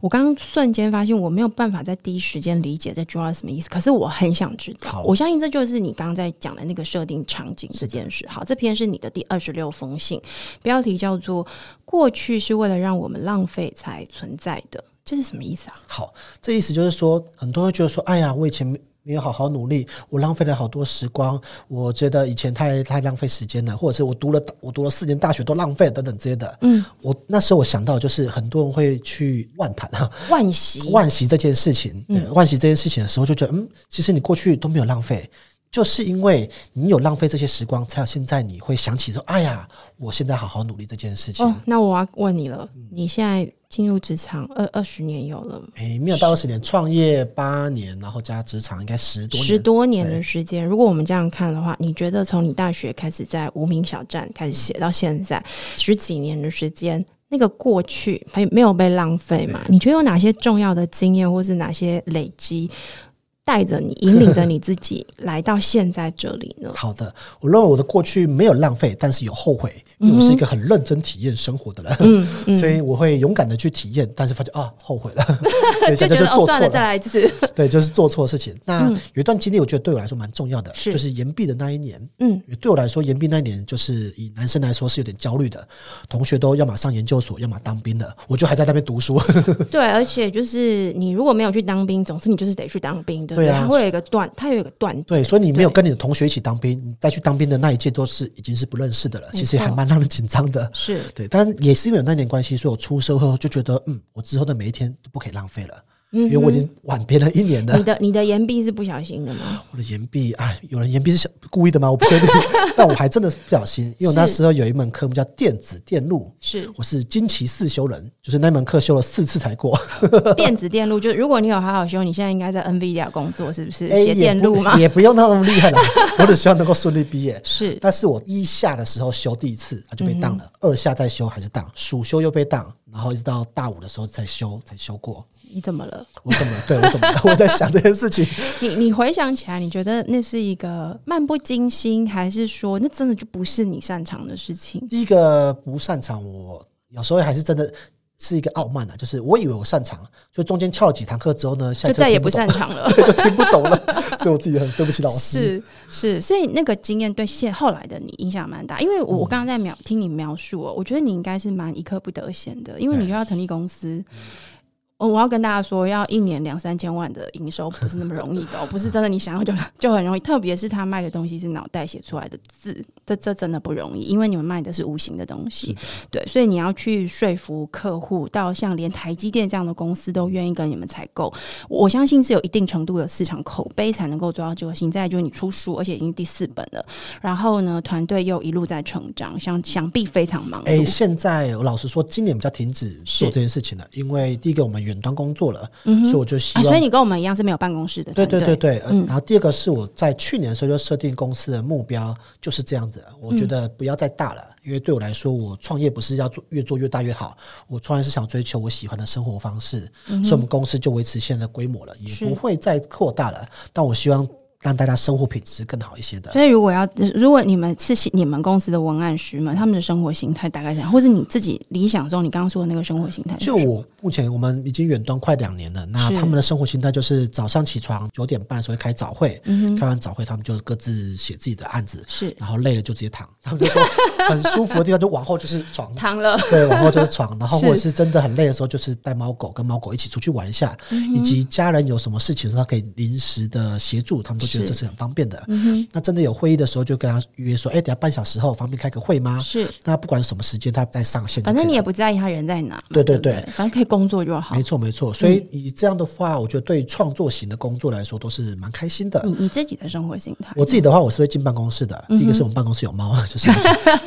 [SPEAKER 1] 我刚刚瞬间发现我没有办法在第一时间理解这句话是什么意思，可是我很想知道。
[SPEAKER 2] 好
[SPEAKER 1] 我相信这就是你刚刚在讲的那个设定场景这件事。好，这篇是你的第二十六封信，标题叫做《过去是为了让我们浪费才存在的》，这是什么意思啊？
[SPEAKER 2] 好，这意思就是说，很多人会觉得说，哎呀，我以前没有好好努力，我浪费了好多时光，我觉得以前太太浪费时间了，或者是我读了我读了四年大学都浪费了等等之类的。嗯，我那时候我想到就是很多人会去万谈啊，
[SPEAKER 1] 万喜，
[SPEAKER 2] 惋惜这件事情，对惋惜这件事情的时候，就觉得嗯，其实你过去都没有浪费，就是因为你有浪费这些时光，才有现在你会想起说，哎呀，我现在好好努力这件事情。
[SPEAKER 1] 哦，那我要问你了，你现在进入职场二二十年有了
[SPEAKER 2] 诶，没有到二十年，创业八年，然后加职场应该十多年，
[SPEAKER 1] 十多年的时间，如果我们这样看的话，你觉得从你大学开始在无名小站开始写到现在十几年的时间，那个过去还没有被浪费嘛？你觉得有哪些重要的经验，或是哪些累积？带着你，引领着你自己来到现在这里 呢？
[SPEAKER 2] 好的，我认为我的过去没有浪费，但是有后悔，
[SPEAKER 1] 嗯
[SPEAKER 2] 因为我是一个很认真体验生活的人， 所以我会勇敢的去体验，但是发现啊，后悔 了，对，
[SPEAKER 1] 就
[SPEAKER 2] 现
[SPEAKER 1] 觉
[SPEAKER 2] 在
[SPEAKER 1] 得
[SPEAKER 2] 就
[SPEAKER 1] 哦，
[SPEAKER 2] 做错
[SPEAKER 1] 算了，再来一 次。
[SPEAKER 2] 对，就是做错事情。那有一段经历，我觉得对我来说蛮重要的，
[SPEAKER 1] 是
[SPEAKER 2] 就是延毕的那一年。
[SPEAKER 1] 嗯，
[SPEAKER 2] 对我来说，延毕那一年就是以男生来说是有点焦虑的，同学都要么上研究所，要么当兵的，我就还在那边读书。
[SPEAKER 1] 对，而且就是你如果没有去当兵，总之你就是得去当兵，对不对？
[SPEAKER 2] 对啊
[SPEAKER 1] 它会有一个断，它有一个断
[SPEAKER 2] 对， 所以你没有
[SPEAKER 1] 对
[SPEAKER 2] 跟你的同学一起当兵，你再去当兵的那一届都是已经是不认识的了，其实也还蛮让人紧张的。
[SPEAKER 1] 是
[SPEAKER 2] 对，但也是因为有那年关系，所以我出社会后就觉得，嗯，我之后的每一天都不可以浪费了，
[SPEAKER 1] 嗯
[SPEAKER 2] 因为我已经晚别了一年了
[SPEAKER 1] 你。的你的岩壁是不小心的吗？
[SPEAKER 2] 我的岩壁，哎，有人岩壁是想故意的吗？我不 确定，但我还真的是不小心，因为我那
[SPEAKER 1] 是
[SPEAKER 2] 时候有一门科目叫电子电路，
[SPEAKER 1] 是
[SPEAKER 2] 我是惊奇四修人，就是那门课修了四次 才过。
[SPEAKER 1] 电子电路，就如果你有好好修，你现在应该在 NVIDIA 工作，是不是？
[SPEAKER 2] 哎
[SPEAKER 1] 写电路吗？
[SPEAKER 2] 也不也不用那么 厉害了，我只希望能够顺利毕业。
[SPEAKER 1] 是
[SPEAKER 2] 但是我一下的时候修第一次，它
[SPEAKER 1] 嗯
[SPEAKER 2] 就被当了；二下再修还是当，暑修又被当，然后一直到大五的时候才修才修过。
[SPEAKER 1] 你怎么了？
[SPEAKER 2] 我怎么了对我怎么了 我在想这件事情，
[SPEAKER 1] 你你回想起来，你觉得那是一个漫不经心，还是说那真的就不是你擅长的事情？
[SPEAKER 2] 第一个不擅长我，有时候还是真的是一个傲慢啊，就是我以为我擅长，就中间翘了几堂课之后呢，下
[SPEAKER 1] 就
[SPEAKER 2] 一次
[SPEAKER 1] 再也不
[SPEAKER 2] 听
[SPEAKER 1] 擅长了。
[SPEAKER 2] 懂就听不懂了，所以我自己很对不起老师。
[SPEAKER 1] 是是，所以那个经验对现后来的你影响蛮大。因为我我刚刚在描听你描述、哦，我觉得你应该是蛮一刻不得闲的，因为你又要成立公司。哦我要跟大家说，要一年两三千万的营收不是那么容易的、哦，不是真的你想要就就很容易。特别是他卖的东西是脑袋写出来的字，这这真的不容易，因为你们卖的是无形的东西。对，所以你要去说服客户，到像连台积电这样的公司都愿意跟你们采购，我相信是有一定程度的市场口碑才能够做到这个事情。再来就是你出书，而且已经第四本了，然后呢，团队又一路在成长，想想必非常忙
[SPEAKER 2] 哎、
[SPEAKER 1] 碌。
[SPEAKER 2] 现在我老实说，今年比较停止
[SPEAKER 1] 是
[SPEAKER 2] 做这件事情了，因为第一个我们远端工作了，所以我就希
[SPEAKER 1] 啊，
[SPEAKER 2] 望、
[SPEAKER 1] 所以你跟我们一样是没有办公室的
[SPEAKER 2] 对
[SPEAKER 1] 团队，嗯
[SPEAKER 2] 对对对，呃然后第二个是我在去年的时候就设定公司的目标就是这样子，我觉
[SPEAKER 1] 嗯
[SPEAKER 2] 得不要再大了，因为对我来说，我创业不是要做越做越大越好，我创业是想追求我喜欢的生活方式，所以我们公司就维持现在的规模了，也
[SPEAKER 1] 嗯是
[SPEAKER 2] 不会再扩大了。但我希望让大家生活品质更好一些的。
[SPEAKER 1] 所以如果要，如果你们是喜你们公司的文案师们，他们的生活形态大概是怎样，或是你自己理想中你刚刚说的那个生活形态是什
[SPEAKER 2] 就
[SPEAKER 1] 么，
[SPEAKER 2] 我目前，我们已经远端快两年了。那
[SPEAKER 1] 是
[SPEAKER 2] 他们的生活形态就是早上起床九点半的时候会开早会，开完早会他们就各自写自己的案子，
[SPEAKER 1] 嗯是
[SPEAKER 2] 然后累了就直接躺。他们就说很舒服的地方就往后就是床，
[SPEAKER 1] 躺了，
[SPEAKER 2] 对，往后就是床。然后
[SPEAKER 1] 是
[SPEAKER 2] 或者是真的很累的时候，就是带猫狗跟猫狗一起出去玩一下，
[SPEAKER 1] 嗯
[SPEAKER 2] 以及家人有什么事情的时候，他可以临时的协助，他们都
[SPEAKER 1] 是
[SPEAKER 2] 觉得
[SPEAKER 1] 嗯
[SPEAKER 2] 这是很方便的。那真的有会议的时候，就跟他约说，哎、等一下半小时后方便开个会吗？
[SPEAKER 1] 是，
[SPEAKER 2] 那不管什么时间，他在上线就可
[SPEAKER 1] 反
[SPEAKER 2] 以了。
[SPEAKER 1] 正你也不在意他人在哪嘛，
[SPEAKER 2] 对对
[SPEAKER 1] 对不
[SPEAKER 2] 对
[SPEAKER 1] 反正可以工作就好
[SPEAKER 2] 没。错，没错。所
[SPEAKER 1] 嗯
[SPEAKER 2] 以以这样的话，我觉得对创作型的工作来说都是蛮开心的。
[SPEAKER 1] 你你自己的生活形态，
[SPEAKER 2] 我自己的话，我是会进办公室的。
[SPEAKER 1] 嗯
[SPEAKER 2] 第一个是我们办公室有猫， 就是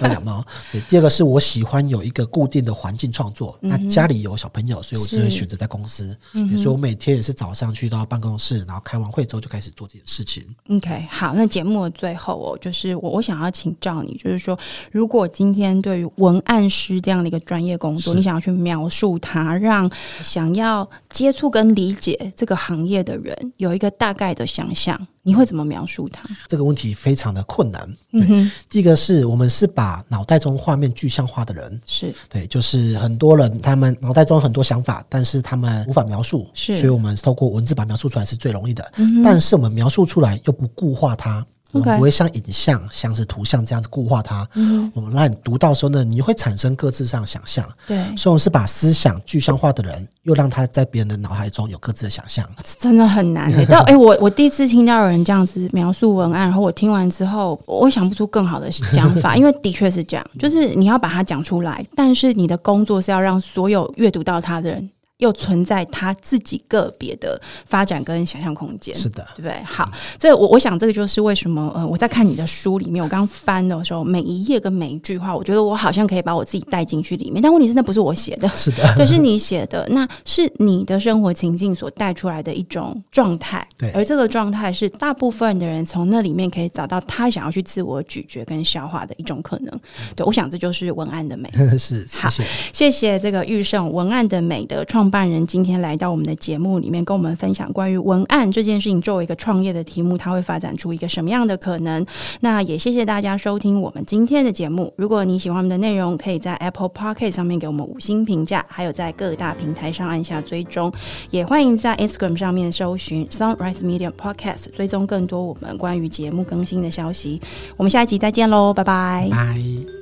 [SPEAKER 2] 要养猫。对，第二个是我喜欢有一个固定的环境创作。
[SPEAKER 1] 嗯
[SPEAKER 2] 那家里有小朋友，所以我就
[SPEAKER 1] 是
[SPEAKER 2] 会选择在公司。
[SPEAKER 1] 嗯
[SPEAKER 2] 对所以我每天也是早上去到办公室，然后开完会之后就开始做这件事情。
[SPEAKER 1] OK，好，那节目的最后哦，就是我我想要请教你，就是说，如果今天对于文案师这样的一个专业工作，
[SPEAKER 2] 是
[SPEAKER 1] 你想要去描述它，让想要接触跟理解这个行业的人有一个大概的想象，你会怎么描述它？
[SPEAKER 2] 这个问题非常的困难。
[SPEAKER 1] 嗯哼，
[SPEAKER 2] 第一个是我们是把脑袋中画面具象化的人，
[SPEAKER 1] 是
[SPEAKER 2] 对，就是很多人他们脑袋中有很多想法，但是他们无法描述，
[SPEAKER 1] 是嗯
[SPEAKER 2] 所以我们透过文字把它描述出来是最容易的。但是我们描述出来又不固化它。我们
[SPEAKER 1] OK 嗯
[SPEAKER 2] 不会像影像、像是图像这样子固化它。我们让你读到的时候呢，你会产生各自上的想象。
[SPEAKER 1] 对，
[SPEAKER 2] 所以我们是把思想具象化的人，又让他在别人的脑海中有各自的想象。
[SPEAKER 1] 这真的很难、欸。但哎、我我第一次听到有人这样子描述文案，然后我听完之后，我想不出更好的讲法，因为的确是这样，就是你要把它讲出来，但是你的工作是要让所有阅读到它的人。又存在他自己个别的发展跟想象空间，
[SPEAKER 2] 是的，
[SPEAKER 1] 对不对？好，这我我想这个就是为什么呃，我在看你的书里面，我刚翻的时候，每一页跟每一句话，我觉得我好像可以把我自己带进去里面，但问题是那不是我写的，
[SPEAKER 2] 是的，
[SPEAKER 1] 对，是你写的，那是你的生活情境所带出来的一种状态，
[SPEAKER 2] 对
[SPEAKER 1] 而这个状态是大部分的人从那里面可以找到他想要去自我咀嚼跟消化的一种可能。对，我想这就是文案的美。
[SPEAKER 2] 是，谢
[SPEAKER 1] 好
[SPEAKER 2] 谢。
[SPEAKER 1] 谢谢这个玉胜文案的美的创办人今天来到我们的节目里面，跟我们分享关于文案这件事情作为一个创业的题目，它会发展出一个什么样的可能。那也谢谢大家收听我们今天的节目。如果你喜欢我们的内容，可以在 Apple p o c k e t 上面给我们五星评价，还有在各大平台上按下追踪。也欢迎在 Instagram 上面搜寻 Sunrise Media Podcast，追踪更多我们关于节目更新的消息。我们下一集再见喽，拜拜
[SPEAKER 2] 拜。